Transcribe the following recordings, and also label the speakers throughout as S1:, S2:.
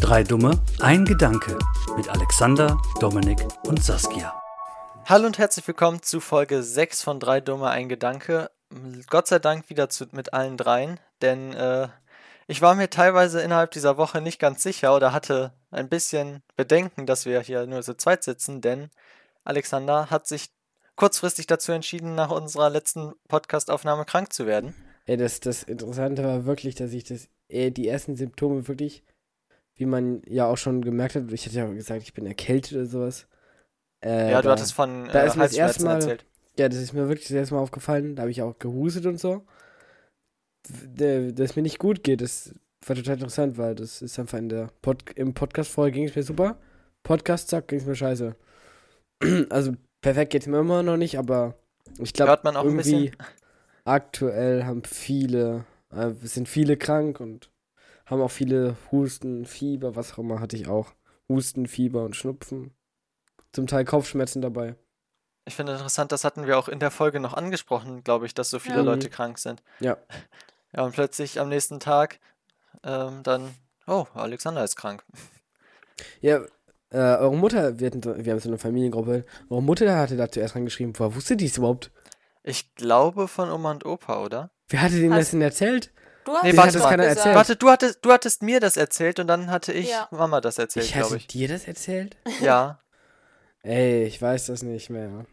S1: Drei Dumme, ein Gedanke mit Alexander, Dominik und Saskia.
S2: Hallo und herzlich willkommen zu Folge 6 von Drei Dumme, ein Gedanke. Gott sei Dank wieder zu, mit allen dreien, denn äh, ich war mir teilweise innerhalb dieser Woche nicht ganz sicher oder hatte ein bisschen Bedenken, dass wir hier nur zu zweit sitzen, denn Alexander hat sich kurzfristig dazu entschieden, nach unserer letzten Podcastaufnahme krank zu werden.
S3: Ja, das, das Interessante war wirklich, dass ich das, äh, die ersten Symptome wirklich, wie man ja auch schon gemerkt hat, ich hatte ja gesagt, ich bin erkältet oder sowas. Äh,
S2: ja, du
S3: da-
S2: hattest von
S3: da
S2: äh,
S3: ist mir das erste
S2: Halsschmerzen
S3: Mal-
S2: erzählt.
S3: Ja, das ist mir wirklich das erste Mal aufgefallen. Da habe ich auch gehustet und so. D- Dass mir nicht gut geht, das war total interessant, weil das ist einfach in der Pod im Podcast vorher ging es mir super. Podcast, zack, ging es mir scheiße. Also perfekt geht es mir immer noch nicht, aber ich glaube,
S2: Hört man auch ein
S3: irgendwie
S2: bisschen.
S3: aktuell haben viele, äh, es sind viele krank und haben auch viele Husten, Fieber, was auch immer hatte ich auch. Husten, Fieber und Schnupfen. Zum Teil Kopfschmerzen dabei.
S2: Ich finde interessant, das hatten wir auch in der Folge noch angesprochen, glaube ich, dass so viele
S3: Ja.
S2: Leute krank sind.
S3: Ja.
S2: Ja, und plötzlich am nächsten Tag ähm, dann, oh, Alexander ist krank.
S3: Ja, äh, eure Mutter, wir, hatten, so- wir haben so eine Familiengruppe, eure Mutter hatte da zuerst reingeschrieben, woher wusste die es überhaupt?
S2: Ich glaube von Oma und Opa, oder?
S3: Wer hatte denen
S4: Hast-
S3: das denn erzählt?
S4: Du hast
S2: Nee,
S4: es
S2: warte,
S4: doch
S2: das
S3: keiner
S4: gesagt.
S3: erzählt.
S2: Warte, du hattest, du hattest mir das erzählt und dann hatte ich
S4: Ja.
S2: Mama das erzählt,
S3: Ich hatte
S2: glaube ich.
S3: dir das erzählt?
S2: Ja.
S3: Ey, ich weiß das nicht mehr.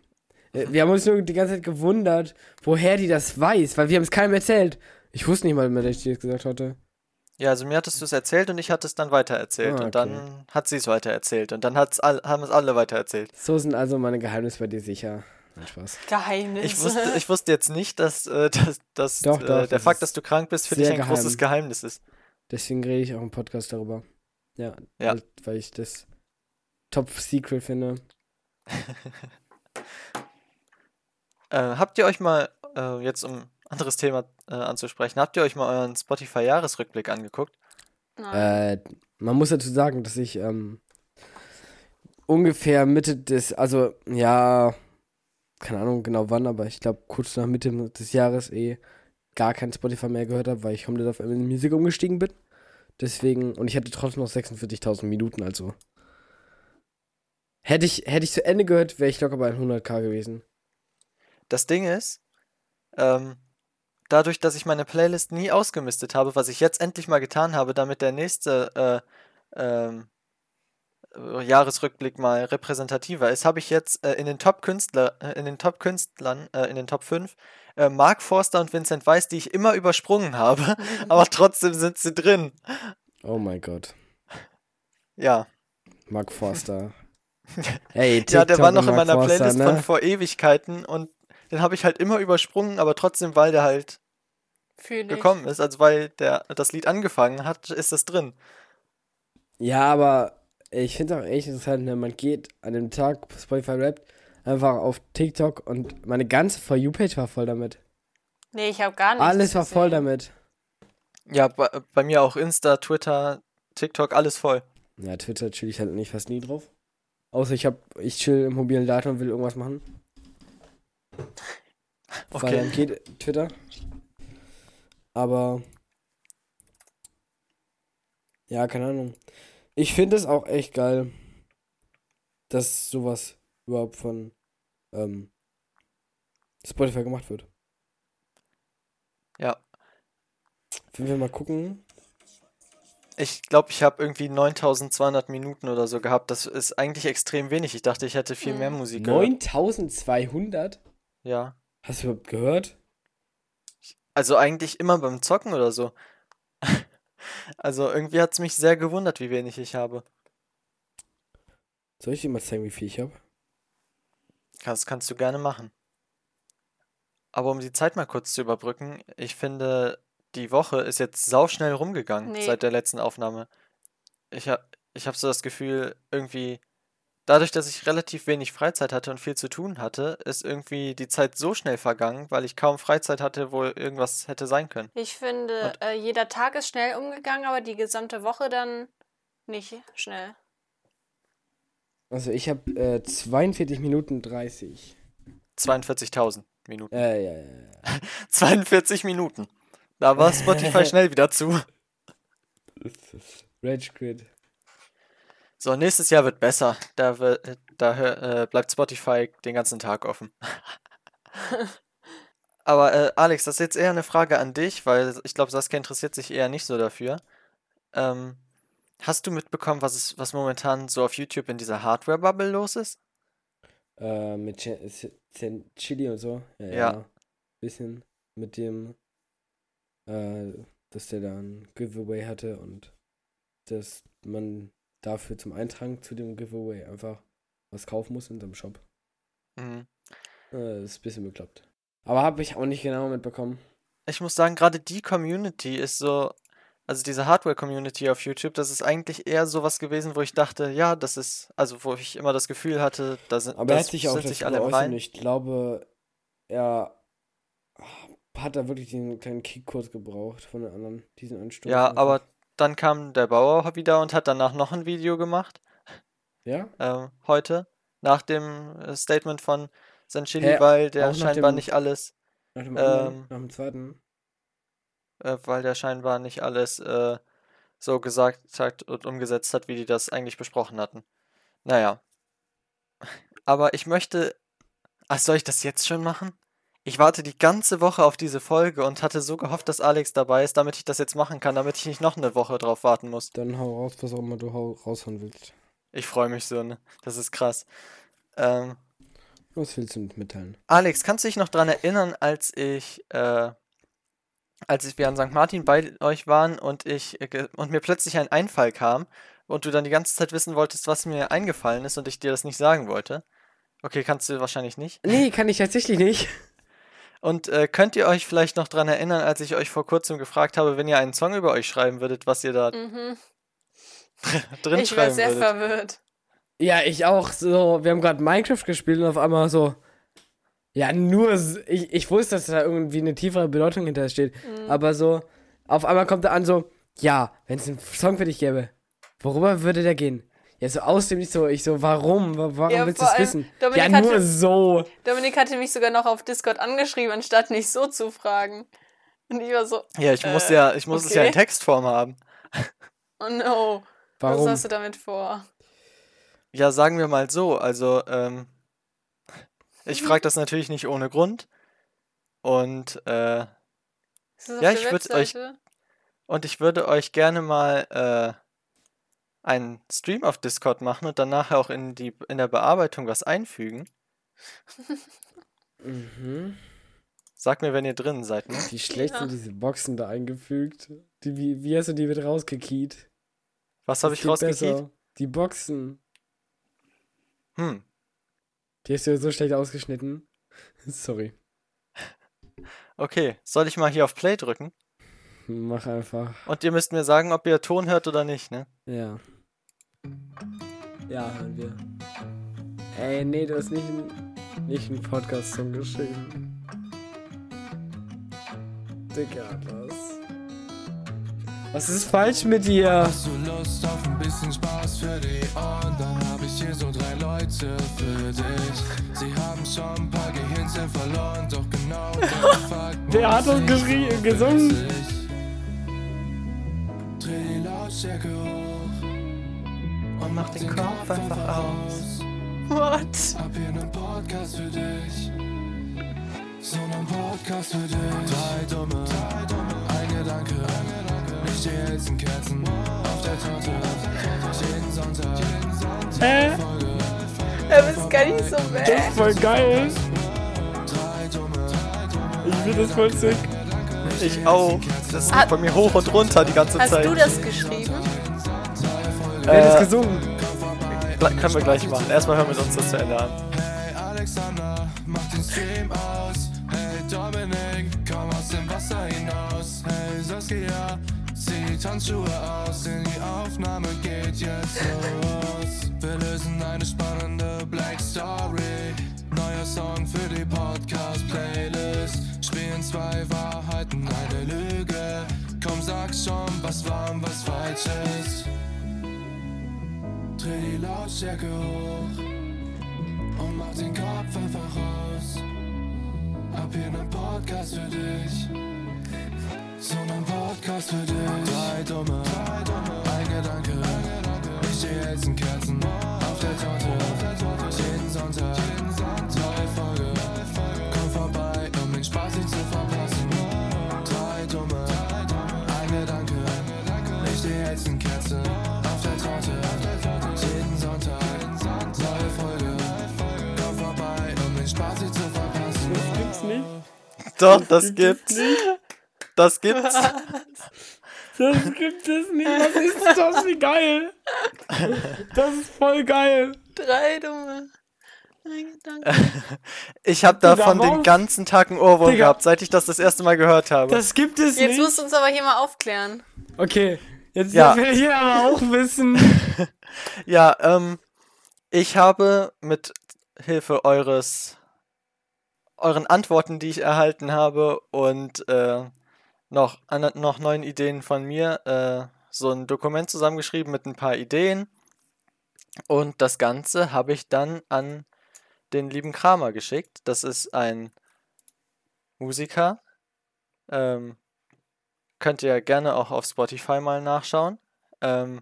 S3: Äh, Wir haben uns nur die ganze Zeit gewundert, woher die das weiß, weil wir haben es keinem erzählt. Ich wusste nicht mal mehr, dass ich dir das gesagt hatte.
S2: Ja, also mir hattest du es erzählt und ich hatte es dann weitererzählt.
S3: Ah, okay.
S2: Und dann hat sie es weitererzählt. Und dann hat's all, haben es alle weitererzählt.
S3: So sind also meine Geheimnisse bei dir sicher. Nein, Spaß.
S4: Geheimnis.
S2: Ich wusste, ich wusste jetzt nicht, dass, äh, dass, dass
S3: Doch,
S2: äh,
S3: doch,
S2: der
S3: das
S2: Fakt,
S3: ist
S2: dass du krank bist, für dich
S3: sehr
S2: ein großes Geheimnis ist.
S3: Deswegen rede ich auch im Podcast darüber. Ja,
S2: Ja.
S3: Weil, weil ich das Top Secret finde.
S2: Äh, habt ihr euch mal, äh, jetzt um ein anderes Thema äh, anzusprechen, habt ihr euch mal euren Spotify-Jahresrückblick angeguckt?
S4: Nein.
S3: Äh, man muss dazu sagen, dass ich ähm, ungefähr Mitte des, also ja, keine Ahnung genau wann, aber ich glaube kurz nach Mitte des Jahres eh gar kein Spotify mehr gehört habe, weil ich komplett auf Amazon Music umgestiegen bin. Deswegen, und ich hatte trotzdem noch 46.000 Minuten, also. Hätte ich, hätte ich zu Ende gehört, wäre ich locker bei 100k gewesen.
S2: Das Ding ist, ähm, dadurch, dass ich meine Playlist nie ausgemistet habe, was ich jetzt endlich mal getan habe, damit der nächste äh, ähm, äh, Jahresrückblick mal repräsentativer ist, habe ich jetzt äh, in den Top-Künstler, äh, in den Top-Künstlern, äh, in den Top 5, äh, Mark Forster und Vincent Weiss, die ich immer übersprungen habe, aber trotzdem sind sie drin.
S3: Oh mein Gott.
S2: Ja.
S3: Mark Forster. Ey, TikTok
S2: Ja, der war
S3: und
S2: noch in
S3: Mark
S2: meiner
S3: Forster,
S2: Playlist
S3: ne?
S2: von vor Ewigkeiten und den habe ich halt immer übersprungen, aber trotzdem, weil der halt
S4: Fühl ich.
S2: gekommen ist, also weil der das Lied angefangen hat, ist das drin.
S3: Ja, aber ich finde es auch echt interessant, wenn man geht an dem Tag Spotify rappt, einfach auf TikTok und meine ganze For You-Page war voll damit.
S4: Nee, ich habe gar nichts.
S3: Alles war voll
S4: gesehen.
S3: damit.
S2: Ja, bei, bei mir auch Insta, Twitter, TikTok, alles voll.
S3: Ja, Twitter chill ich halt nicht fast nie drauf. Außer ich hab, ich chill im mobilen Daten und will irgendwas machen. Weil
S2: Okay.
S3: dann geht Twitter. Aber. Ja, keine Ahnung. Ich finde es auch echt geil, dass sowas überhaupt von ähm, Spotify gemacht wird.
S2: Ja.
S3: Wenn wir mal gucken.
S2: Ich glaube, ich habe irgendwie 9200 Minuten oder so gehabt. Das ist eigentlich extrem wenig. Ich dachte, ich hätte viel mehr Musik gehört.
S3: 9200?
S2: Ja.
S3: Hast du überhaupt gehört?
S2: Also eigentlich immer beim Zocken oder so. also irgendwie hat es mich sehr gewundert, wie wenig ich habe.
S3: Soll ich dir mal zeigen, wie viel ich habe?
S2: Das kannst du gerne machen. Aber um die Zeit mal kurz zu überbrücken, ich finde, die Woche ist jetzt sauschnell rumgegangen
S4: Nee.
S2: seit der letzten Aufnahme. Ich habe ich hab so das Gefühl, irgendwie, dadurch, dass ich relativ wenig Freizeit hatte und viel zu tun hatte, ist irgendwie die Zeit so schnell vergangen, weil ich kaum Freizeit hatte, wo irgendwas hätte sein können.
S4: Ich finde,
S2: Und-
S4: äh, jeder Tag ist schnell umgegangen, aber die gesamte Woche dann nicht schnell.
S3: Also ich habe äh, 42 Minuten 30.
S2: 42.000 Minuten.
S3: Äh, ja, ja, ja.
S2: 42 Minuten. Da war Spotify schnell wieder zu.
S3: Rage Quit.
S2: So, nächstes Jahr wird besser. Da, wird, da hör- äh, bleibt Spotify den ganzen Tag offen. Aber äh, Alex, das ist jetzt eher eine Frage an dich, weil ich glaube, Saskia interessiert sich eher nicht so dafür. Ähm, hast du mitbekommen, was, es, was momentan so auf YouTube in dieser Hardware-Bubble los ist?
S3: Äh, mit Ch Ch Ch Chili und so. Ja. genau. Bisschen mit dem, äh, dass der da ein Giveaway hatte und dass man dafür zum Eintragen zu dem Giveaway einfach was kaufen muss in seinem Shop.
S2: Mhm.
S3: Äh, ist ein bisschen bekloppt. Aber habe ich auch nicht genau mitbekommen.
S2: Ich muss sagen, gerade die Community ist so, also diese Hardware-Community auf YouTube, das ist eigentlich eher sowas gewesen, wo ich dachte, ja, das ist, also wo ich immer das Gefühl hatte, da sind,
S3: Aber er
S2: das
S3: hat sich auch
S2: sind
S3: dazu
S2: sich alle im
S3: geäußert und
S2: Reinen.
S3: ich glaube, er hat da wirklich den kleinen Kick kurz gebraucht von den anderen, diesen Ansturz.
S2: Ja,
S3: einfach.
S2: aber dann kam der Bauer wieder und hat danach noch ein Video gemacht,
S3: Ja?
S2: ähm, heute, nach dem äh, Statement von Sanchili,
S3: Hä,
S2: weil der
S3: auch nach
S2: scheinbar
S3: dem-
S2: nicht alles,
S3: Nach dem, anderen,
S2: Ähm,
S3: nach dem zweiten.
S2: äh, weil der scheinbar nicht alles äh, so gesagt hat und umgesetzt hat, wie die das eigentlich besprochen hatten. Naja. Aber ich möchte. Ach, soll ich das jetzt schon machen? Ich warte die ganze Woche auf diese Folge und hatte so gehofft, dass Alex dabei ist, damit ich das jetzt machen kann, damit ich nicht noch eine Woche drauf warten muss.
S3: Dann hau raus, was auch immer du hau raushauen willst.
S2: Ich freue mich so, ne? Das ist krass. Ähm,
S3: Was willst du mit mitteilen?
S2: Alex, kannst du dich noch dran erinnern, als ich, äh, als ich- wir an St. Martin bei euch waren und ich äh, ge- und mir plötzlich ein Einfall kam und du dann die ganze Zeit wissen wolltest, was mir eingefallen ist und ich dir das nicht sagen wollte? Okay, kannst du wahrscheinlich nicht.
S3: Nee, kann ich tatsächlich nicht.
S2: Und äh, könnt ihr euch vielleicht noch dran erinnern, als ich euch vor kurzem gefragt habe, wenn ihr einen Song über euch schreiben würdet, was ihr da
S4: Mhm.
S2: drin
S4: Ich war
S2: schreiben
S4: sehr
S2: würdet?
S4: verwirrt.
S3: Ja, ich auch. So, wir haben gerade Minecraft gespielt und auf einmal so. Ja, nur. s- Ich, ich wusste, dass da irgendwie eine tiefere Bedeutung hintersteht. Aber so, auf einmal kommt er an, so, ja, wenn es einen Song für dich gäbe, worüber würde der gehen? Ja, so aus dem nicht so, ich so, warum? Wa- Warum
S4: Ja,
S3: willst du
S4: vor
S3: es
S4: allem,
S3: wissen?
S4: Dominik
S3: ja,
S4: hat
S3: nur
S4: ja-
S3: so.
S4: Dominik hatte mich sogar noch auf Discord angeschrieben, anstatt nicht so zu fragen. Und ich war so,
S2: Ja, ich muss
S4: Äh,
S2: ja, ich muss es ja in
S4: okay.
S2: Textform haben.
S4: oh no, was
S3: Warum?
S4: hast du damit vor?
S2: Ja, sagen wir mal so, also ähm, ich
S4: Mhm.
S2: frage das natürlich nicht ohne Grund. Und, äh,
S4: Ist das auf
S2: Ja,
S4: der
S2: ich würd euch-
S4: Webseite?
S2: und ich würde euch gerne mal äh, einen Stream auf Discord machen und danach auch in, die, in der Bearbeitung was einfügen.
S3: Mhm.
S2: Sagt mir, wenn ihr drin seid. Ne?
S3: Wie schlecht
S4: Ja.
S3: sind diese Boxen da eingefügt? Die, wie, wie hast du die mit rausgekiet?
S2: Was habe
S3: Das
S2: ich
S3: geht
S2: rausgekriegt?
S3: besser. Die Boxen.
S2: Hm.
S3: Die hast du ja so schlecht ausgeschnitten. Sorry.
S2: Okay, soll ich mal hier auf Play drücken?
S3: Mach einfach.
S2: Und ihr müsst mir sagen, ob ihr Ton hört oder nicht, ne?
S3: Ja. Ja, hören wir. Ey, nee, du hast nicht, ein- nicht einen Podcast-Song geschrieben. Dicker Atlas. Was ist falsch mit dir?
S5: Hast du Lust auf ein bisschen Spaß für die Ohren? Dann hab ich hier so drei Leute für dich. Sie haben schon ein paar Gehirnzellen verloren, doch genau der Fakt
S3: Wer hat
S5: macht
S3: uns
S5: sie
S3: geschrie-
S5: so
S3: gesungen?
S5: witzig. Dreh die Lautstärke hoch und mach den Kopf einfach aus.
S4: What?
S5: Hab hier nen Podcast für dich. So nen Podcast für dich. Drei Dumme, drei Dumme. Ein Gedanke, ein Gedanke. Ich stehe jetzt in Kerzen auf der Torte. Jeden Sonntag, jeden Sonntag.
S3: Hä?
S5: Folge.
S4: Aber ist gar nicht so bad.
S3: Voll geil.
S5: Drei Dumme, drei Dumme.
S3: Ich finde das voll sick.
S2: Ich auch. Das
S4: Ah.
S2: geht bei mir hoch und runter die ganze
S4: Hast
S2: Zeit.
S4: du das geschrieben?
S3: Wer hat das
S2: äh,
S3: gesungen?
S2: gle- können wir gleich machen. Erstmal hören wir uns das zu Ende an.
S5: Hey Alexander, mach den Stream aus. Hey Dominik, komm aus dem Wasser hinaus. Hey Saskia, zieh die Tanzschuhe aus, denn die Aufnahme geht jetzt los. Wir lösen eine spannende Black Story. Neuer Song für die Podcast-Playlist. Spielen zwei Wahrheiten, eine Lüge. Komm, sag schon, was wahr und was falsch ist. Dreh die Lautstärke hoch und mach den Kopf einfach raus. Hab hier nen Podcast für dich. So nen Podcast für dich. Drei Dumme, ein Gedanke. Ich stehe jetzt in Kerzen
S2: Doch, das gibt's. Das gibt's.
S3: Das gibt es nicht. Was ist das? Wie geil. Das ist voll geil.
S4: Drei dumme. Ein Gedanke.
S2: Ich habe davon
S3: Digga,
S2: den
S3: warum-
S2: ganzen Tag einen Ohrwurm
S3: Digga.
S2: gehabt, seit ich das das erste Mal gehört habe.
S3: Das gibt es
S4: Jetzt
S3: nicht.
S4: musst du uns aber hier mal aufklären.
S3: Okay. Jetzt
S2: Ja.
S3: will ich ihn aber auch wissen.
S2: Ja, ähm, ich habe mit Hilfe eures euren Antworten, die ich erhalten habe und äh, noch ander- noch neuen Ideen von mir äh, so ein Dokument zusammengeschrieben mit ein paar Ideen und das Ganze habe ich dann an den lieben Kramer geschickt. Das ist ein Musiker. Ähm, könnt ihr gerne auch auf Spotify mal nachschauen. Ähm,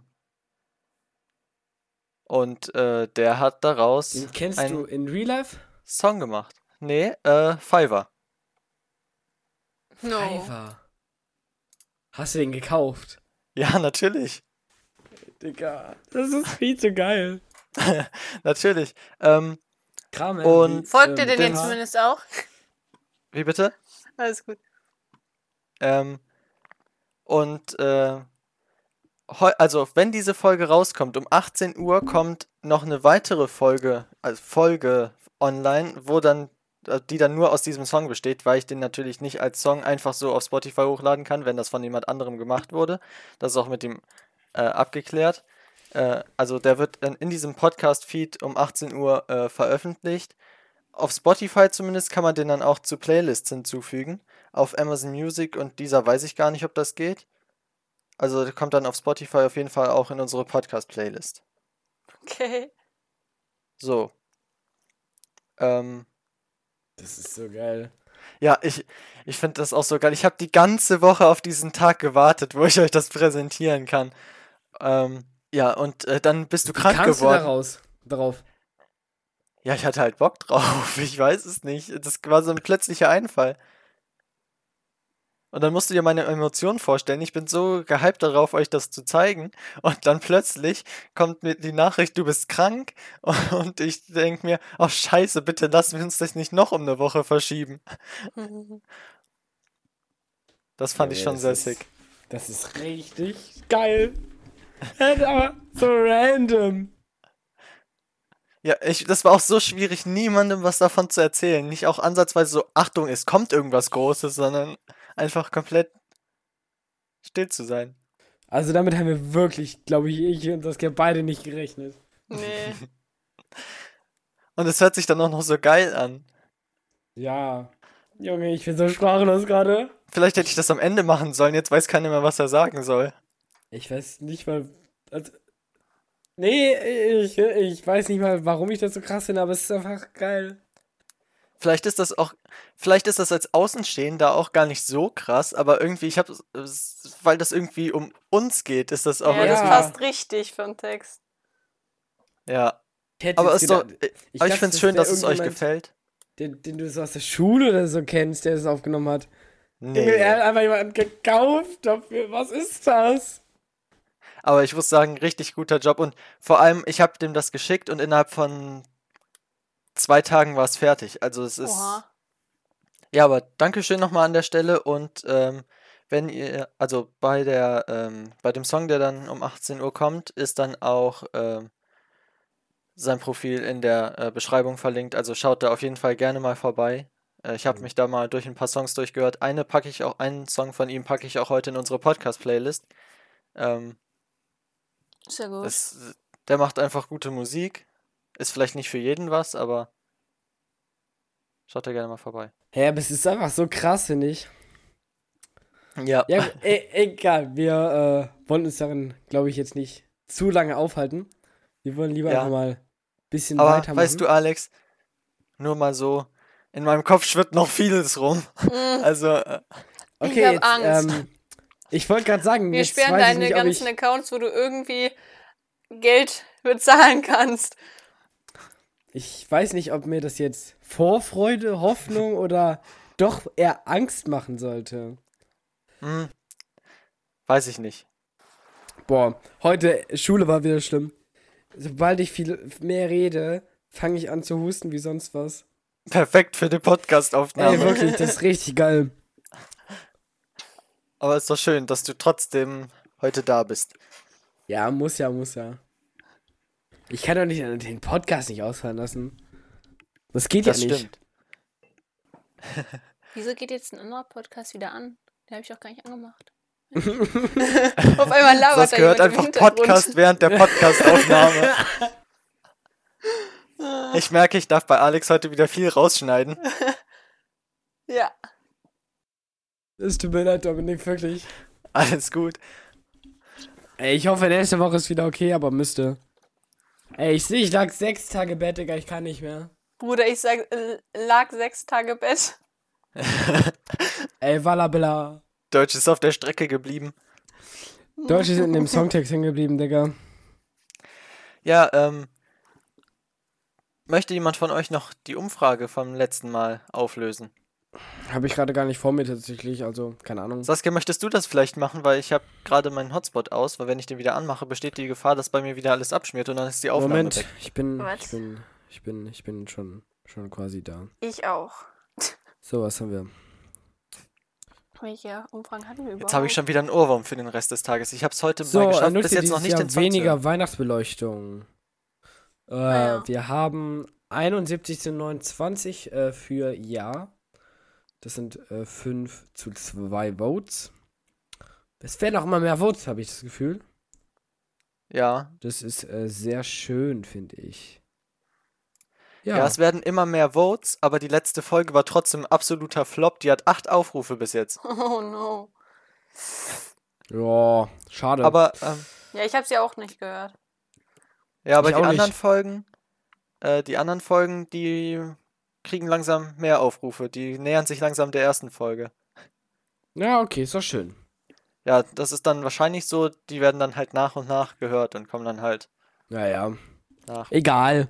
S2: und äh, der hat daraus
S3: Den kennst
S2: Ein-
S3: du in Real Life?
S2: Song gemacht. Nee, äh, Fiverr.
S4: No.
S3: Fiverr. Hast du den gekauft?
S2: Ja, natürlich.
S3: Digga, das ist viel zu geil.
S2: Natürlich. Ähm,
S3: Kram,
S2: Und-
S4: Folgt ihr denn
S3: ähm,
S2: den-
S4: jetzt zumindest auch?
S2: wie bitte?
S4: Alles gut.
S2: Ähm, und äh, heu also wenn diese Folge rauskommt, um 18 Uhr kommt noch eine weitere Folge, also Folge online, wo dann äh, die dann nur aus diesem Song besteht, weil ich den natürlich nicht als Song einfach so auf Spotify hochladen kann, wenn das von jemand anderem gemacht wurde. Das ist auch mit ihm äh, abgeklärt. Äh, also der wird dann in diesem Podcast-Feed um 18 Uhr äh, veröffentlicht. Auf Spotify zumindest kann man den dann auch zu Playlists hinzufügen auf Amazon Music und dieser weiß ich gar nicht, ob das geht. Also der kommt dann auf Spotify auf jeden Fall auch in unsere Podcast-Playlist.
S4: Okay.
S2: So. Ähm,
S3: Das ist so geil.
S2: ja, ich, ich finde das auch so geil. Ich habe die ganze Woche auf diesen Tag gewartet, wo ich euch das präsentieren kann. Ähm, ja, und äh, dann bist du krank
S3: Kannst du
S2: geworden.
S3: daraus? Darauf.
S2: ja, ich hatte halt Bock drauf. Ich weiß es nicht. Das war so ein plötzlicher Einfall. Und dann musst du dir meine Emotionen vorstellen. Ich bin so gehypt darauf, euch das zu zeigen. Und dann plötzlich kommt mir die Nachricht, du bist krank. Und ich denke mir, oh scheiße, bitte lassen wir uns das nicht noch um eine Woche verschieben. Das fand ich
S3: Ja,
S2: schon
S3: das
S2: sehr
S3: ist-
S2: sick.
S3: Das ist richtig geil. Das ist aber so random.
S2: Ja, ich, das war auch so schwierig, niemandem was davon zu erzählen. Nicht auch ansatzweise so, Achtung, es kommt irgendwas Großes, sondern einfach komplett still zu sein.
S3: Also damit haben wir wirklich, glaube ich, ich und Saskia beide nicht gerechnet.
S4: Nee.
S2: Und es hört sich dann auch noch so geil an.
S3: Ja. Junge, ich bin so sprachlos gerade.
S2: Vielleicht hätte ich das am Ende machen sollen, jetzt weiß keiner mehr, was er sagen soll.
S3: Ich weiß nicht mal. Also, nee, ich, ich weiß nicht mal, warum ich das so krass finde, aber es ist einfach geil.
S2: Vielleicht ist das auch, vielleicht ist das als Außenstehender auch gar nicht so krass, aber irgendwie, ich habe, weil das irgendwie um uns geht, ist das auch
S4: ja, das
S3: Ja.
S2: irgendwie,
S4: passt richtig für den Text.
S2: ja.
S3: Ich hätte
S2: Aber
S3: jetzt
S2: ist doch,
S3: gedacht,
S2: ich aber ich
S3: dachte,
S2: finde es
S3: das
S2: schön,
S3: wär
S2: dass es euch
S3: irgendjemand-
S2: gefällt.
S3: Den, den du so aus der Schule oder so kennst, der das aufgenommen hat. Junge, er hat
S2: Nee.
S3: einfach jemanden gekauft dafür. Was ist das?
S2: Aber ich muss sagen, richtig guter Job und vor allem, ich habe dem das geschickt und innerhalb von zwei Tagen war es fertig. Also es ist.
S4: Oha.
S2: Ja, aber Dankeschön nochmal an der Stelle und ähm, wenn ihr, also bei der, ähm, bei dem Song, der dann um 18 Uhr kommt, ist dann auch ähm, sein Profil in der äh, Beschreibung verlinkt. Also schaut da auf jeden Fall gerne mal vorbei. Äh, ich habe mich da mal durch ein paar Songs durchgehört. Eine packe ich auch, einen Song von ihm packe ich auch heute in unsere Podcast-Playlist. Ähm,
S4: Ist ja gut.
S2: das, der macht einfach gute Musik. Ist vielleicht nicht für jeden was, aber schaut da gerne mal vorbei.
S3: Hä, aber es ist einfach so krass, finde ich.
S2: Ja.
S3: Ja, e egal, wir äh, wollen uns darin, glaube ich, jetzt nicht zu lange aufhalten. Wir wollen lieber
S2: Ja.
S3: einfach mal ein bisschen
S2: Aber
S3: weitermachen.
S2: weißt du, Alex, nur mal so, in meinem Kopf schwirrt noch vieles rum.
S3: Mhm.
S4: Mm,
S2: Also, äh,
S3: okay,
S4: Ich hab
S3: jetzt,
S4: Angst.
S3: Ähm, ich wollte gerade sagen,
S4: Wir
S3: jetzt
S4: sperren
S3: weiß ich
S4: deine
S3: nicht, ob
S4: ganzen
S3: ich,
S4: Accounts, wo du irgendwie Geld bezahlen kannst.
S3: ich weiß nicht, ob mir das jetzt Vorfreude, Hoffnung oder doch eher Angst machen sollte.
S2: hm, weiß ich nicht.
S3: Boah, heute Schule war wieder schlimm. Sobald ich viel mehr rede, fange ich an zu husten wie sonst was.
S2: Perfekt für die
S3: Ey,
S2: Podcastaufnahme.
S3: wirklich, das ist richtig geil.
S2: Aber ist doch schön, dass du trotzdem heute da bist.
S3: Ja, muss ja, muss ja. Ich kann doch nicht den Podcast nicht ausfallen lassen. Das geht
S2: Das
S3: ja nicht.
S2: stimmt.
S4: Wieso geht jetzt ein anderer Podcast wieder an? Den habe ich auch gar nicht angemacht. Auf einmal labert
S2: Das
S4: da
S2: gehört
S4: jemand im
S2: einfach
S4: Hintergrund.
S2: Podcast während der Podcastaufnahme. Ich merke, ich darf bei Alex heute wieder viel rausschneiden.
S4: Ja.
S3: Es tut mir leid, Dominik, wirklich.
S2: Alles gut.
S3: Ey, ich hoffe, nächste Woche ist wieder okay, aber müsste. Ey, ich sehe, ich lag sechs Tage Bett, Digga, ich kann nicht mehr.
S4: Bruder, ich sag, äh, lag sechs Tage Bett.
S3: Ey, Wallabella.
S2: Deutsch ist auf der Strecke geblieben.
S3: Deutsch ist in dem Songtext hängen geblieben, Digga.
S2: Ja, ähm. Möchte jemand von euch noch die Umfrage vom letzten Mal auflösen?
S3: Habe ich gerade gar nicht vor mir tatsächlich, also keine Ahnung.
S2: Saskia, möchtest du das vielleicht machen? Weil ich habe gerade meinen Hotspot aus, weil wenn ich den wieder anmache, besteht die Gefahr, dass bei mir wieder alles abschmiert und dann ist die Aufnahme
S3: Moment,
S2: weg.
S3: ich bin, ich
S4: Was?
S3: bin, ich bin, ich bin schon, schon quasi da.
S4: Ich auch.
S3: So, was haben wir?
S4: Welche Umfragen hatten wir überhaupt?
S2: Jetzt habe ich schon wieder einen Ohrwurm für den Rest des Tages. Ich habe es heute mal
S3: So,
S2: geschafft,
S3: nutzt
S2: bis
S3: ihr
S2: jetzt noch
S3: dieses
S2: nicht
S3: Jahr
S2: den Song zu hören. Ah,
S3: weniger Weihnachtsbeleuchtung. Äh,
S4: ja.
S3: Wir haben 71 zu 29 äh, für Ja. Das sind äh, 5 zu 2 Votes. Es werden auch immer mehr Votes, habe ich das Gefühl.
S2: Ja.
S3: Das ist äh, sehr schön, finde ich.
S2: ja. es werden immer mehr Votes, aber die letzte Folge war trotzdem ein absoluter Flop. Die hat acht Aufrufe bis jetzt.
S4: Oh no.
S3: ja schade.
S2: Aber, ähm,
S4: Ja, ich habe sie auch nicht gehört.
S2: ja, aber
S3: Ich
S2: die
S3: auch
S2: anderen
S3: nicht.
S2: Folgen, äh, die anderen Folgen, die kriegen langsam mehr Aufrufe. Die nähern sich langsam der ersten Folge.
S3: ja, okay, ist doch schön.
S2: Ja, das ist dann wahrscheinlich so, die werden dann halt nach und nach gehört und kommen dann halt
S3: Naja,
S2: nach.
S3: egal.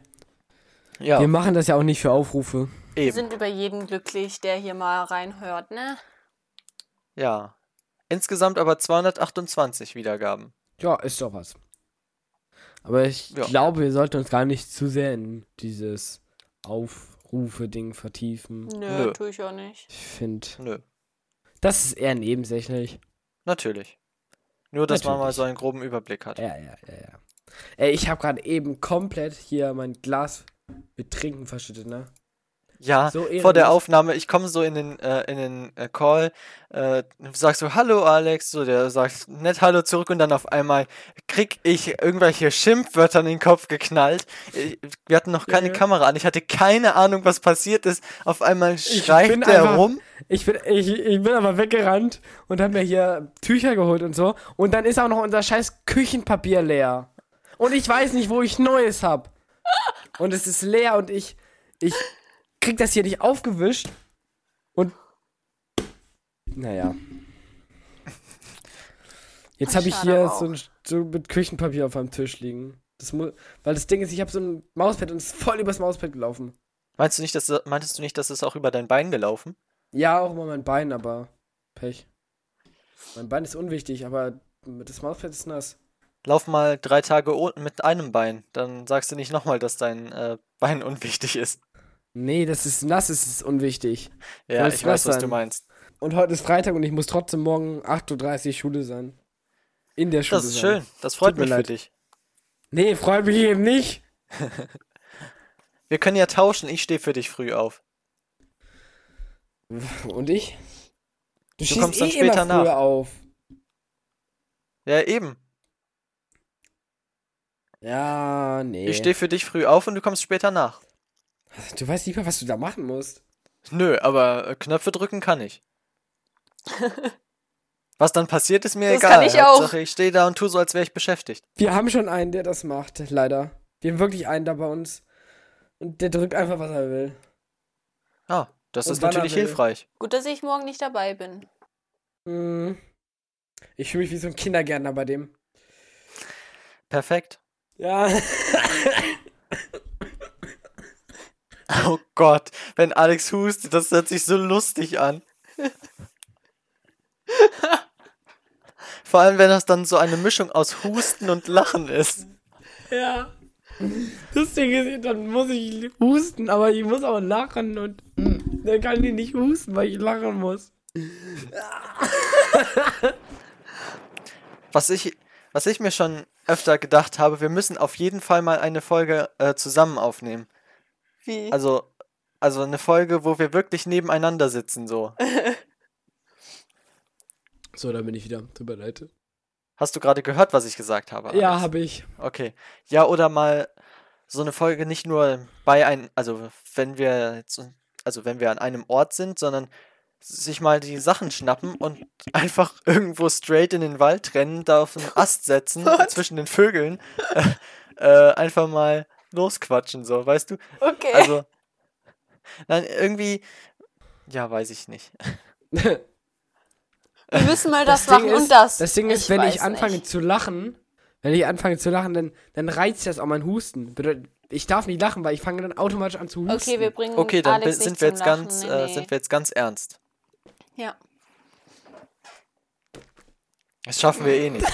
S2: Ja,
S3: Wir machen das ja auch nicht für Aufrufe.
S4: Wir
S2: eben.
S4: sind über jeden glücklich, der hier mal reinhört, ne?
S2: Ja. Insgesamt aber 228 Wiedergaben.
S3: Ja, ist doch was. Aber ich
S2: Ja.
S3: glaube, wir sollten uns gar nicht zu sehr in dieses Aufrufe-Ding vertiefen.
S4: Nö,
S2: Nö.
S4: tue ich auch nicht.
S3: Ich finde,
S2: Nö,
S3: das ist eher nebensächlich.
S2: natürlich. Nur, dass man mal
S3: Natürlich. Äh,
S2: so einen groben Überblick hat.
S3: Ja, ja, ja, ja. Ey, ich habe gerade eben komplett hier mein Glas mit Trinken verschüttet, ne?
S2: Ja,
S3: So
S2: vor der
S3: ehrenlos.
S2: Aufnahme, ich komme so in den, äh, in den äh, Call, äh, sagst so, hallo Alex, so der sagt nett Hallo zurück und dann auf einmal krieg ich irgendwelche Schimpfwörter in den Kopf geknallt. Ich, wir hatten noch keine
S3: ja.
S2: Kamera an, ich hatte keine Ahnung, was passiert ist. Auf einmal
S3: bin
S2: schreit der
S3: einfach-
S2: rum.
S3: Ich bin, ich, ich bin aber weggerannt und habe mir hier Tücher geholt und so. Und dann ist auch noch unser scheiß Küchenpapier leer. Und ich weiß nicht, wo ich Neues hab. Und es ist leer und ich, ich krieg das hier nicht aufgewischt. Und. Naja. Jetzt habe ich
S4: Schade
S3: hier
S4: aber
S3: so, ein, so mit Küchenpapier auf meinem Tisch liegen. Das mu weil das Ding ist, ich habe so ein Mauspad und es ist voll übers Mauspad gelaufen.
S2: Meinst du nicht, dass meintest du nicht, dass es auch über dein Bein gelaufen?
S3: Ja, auch immer mein Bein, aber Pech. Mein Bein ist unwichtig, aber das Mauspad ist nass.
S2: Lauf mal drei Tage oh- mit einem Bein, dann sagst du nicht nochmal, dass dein äh, Bein unwichtig ist.
S3: Nee, das ist nass, es ist unwichtig.
S2: Ja,
S3: Soll's
S2: ich weiß, was
S3: nass
S2: du
S3: sein.
S2: meinst.
S3: Und heute ist Freitag und ich muss trotzdem morgen 8.30 Uhr Schule sein. In der Schule.
S2: Das ist
S3: sein.
S2: schön, das freut
S3: mir
S2: mich
S3: leid.
S2: für dich.
S3: Nee, freut mich eben nicht.
S2: Wir können ja tauschen, ich stehe für dich früh auf.
S3: Und ich? Du, stehst
S2: kommst dann
S3: eh
S2: später
S3: immer früher
S2: nach.
S3: auf.
S2: Ja, eben.
S3: Ja, nee.
S2: Ich stehe für dich früh auf und du kommst später nach.
S3: du weißt nicht mal, was du da machen musst.
S2: Nö, aber äh, Knöpfe drücken kann ich. Was dann passiert, ist mir
S4: Das
S2: egal.
S4: kann ich auch.
S2: Hauptsache, ich stehe da und tue so, als wäre ich beschäftigt.
S3: Wir haben schon einen, der das macht, leider. Wir haben wirklich einen da bei uns. Und der drückt einfach, was er will.
S2: Ah, das
S3: Und
S2: ist
S3: wann er
S2: natürlich
S3: will.
S2: hilfreich.
S4: Gut, dass ich morgen nicht dabei bin.
S3: Mm. Ich fühle mich wie so ein Kindergärtner bei dem.
S2: Perfekt.
S3: Ja.
S2: Oh Gott, wenn Alex hustet, das hört sich so lustig an. Vor allem, wenn das dann so eine Mischung aus Husten und Lachen ist.
S3: ja. Das Ding ist, dann muss ich husten, aber ich muss auch lachen und hm, dann kann ich nicht husten, weil ich lachen muss.
S2: Was ich, was ich mir schon öfter gedacht habe, wir müssen auf jeden Fall mal eine Folge äh, zusammen aufnehmen.
S4: Wie?
S2: Also, also eine Folge, wo wir wirklich nebeneinander sitzen, so.
S3: So, da bin ich wieder. Tut mir leid.
S2: Hast du gerade gehört, was ich gesagt habe?
S3: Ja,
S2: Alex?
S3: habe ich.
S2: Okay. Ja, oder mal so eine Folge nicht nur bei ein, also wenn wir jetzt, also wenn wir an einem Ort sind, sondern sich mal die Sachen schnappen und einfach irgendwo straight in den Wald rennen, da auf einen Ast setzen,
S4: Was?
S2: zwischen den Vögeln, äh, äh, einfach mal losquatschen, so, weißt du?
S4: Okay.
S2: Also, nein, irgendwie, ja, weiß ich nicht.
S4: wir müssen mal das,
S3: Ding
S4: machen
S3: ist,
S4: und das.
S3: Das Ding ist, wenn
S4: weiß
S3: ich anfange
S4: nicht.
S3: zu lachen, wenn ich anfange zu lachen, dann, dann reizt das auch mein Husten. Bedeutet, Ich darf nicht lachen, weil ich fange dann automatisch an zu husten.
S4: Okay, wir bringen
S2: Okay, dann
S4: Hm, Alex
S2: bin- sind
S4: nicht
S2: wir
S4: zum
S2: jetzt
S4: Lachen.
S2: ganz,
S4: Nee,
S2: äh,
S4: nee.
S2: sind wir jetzt ganz ernst.
S4: Ja.
S2: Das schaffen wir eh nicht.